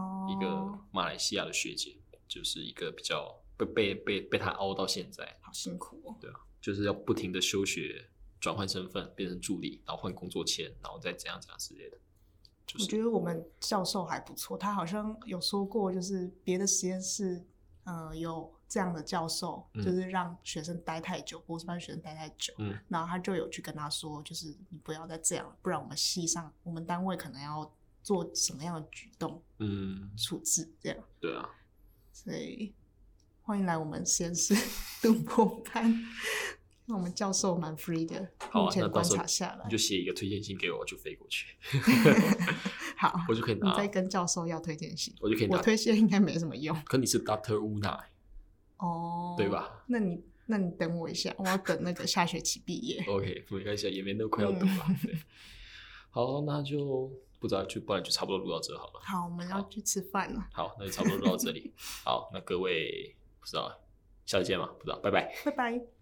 Speaker 2: 哦，
Speaker 1: [LAUGHS] 一个马来西亚的学姐，就是一个比较被被被被她熬到现在，
Speaker 2: 好辛苦哦。
Speaker 1: 就是要不停的休学，转换身份变成助理，然后换工作签，然后再怎样怎样之类的，就
Speaker 2: 我
Speaker 1: 是
Speaker 2: 觉得我们教授还不错，他好像有说过，就是别的实验室，呃，有这样的教授，
Speaker 1: 嗯
Speaker 2: 就是让学生待太久，博士班学生待太久，
Speaker 1: 嗯
Speaker 2: 然后他就有去跟他说，就是你不要再这样，不然我们系上我们单位可能要做什么样的举动
Speaker 1: 嗯，
Speaker 2: 处置这样，
Speaker 1: 对啊。
Speaker 2: 所以欢迎来我们实验室读博班，那我们教授蛮 free 的，
Speaker 1: 好啊，
Speaker 2: 目
Speaker 1: 那
Speaker 2: 前
Speaker 1: 到
Speaker 2: 观
Speaker 1: 时候
Speaker 2: 察下来
Speaker 1: 你就，写一个推荐信给我，我就飞过去，
Speaker 2: 好，
Speaker 1: 我就可以
Speaker 2: 你
Speaker 1: 拿，
Speaker 2: 再跟教授要推荐信，
Speaker 1: 啊我就可以
Speaker 2: 我
Speaker 1: 拿。
Speaker 2: 推荐应该没什么用。
Speaker 1: 可你是 Doctor Una，
Speaker 2: 哦，
Speaker 1: [LAUGHS] 对？吧
Speaker 2: 那你那你等我一下，我要等那个下学期毕业。嗯
Speaker 1: ？OK，没关系啊，也没那么快要读了。对，好，那就不不知道就不然就差不多录到这好了。
Speaker 2: 好，我们要去吃饭了，
Speaker 1: 好，
Speaker 2: [LAUGHS]
Speaker 1: 那就差不多录到这里。好，那各位不知道下次见嘛？不知道，拜拜。
Speaker 2: 拜拜。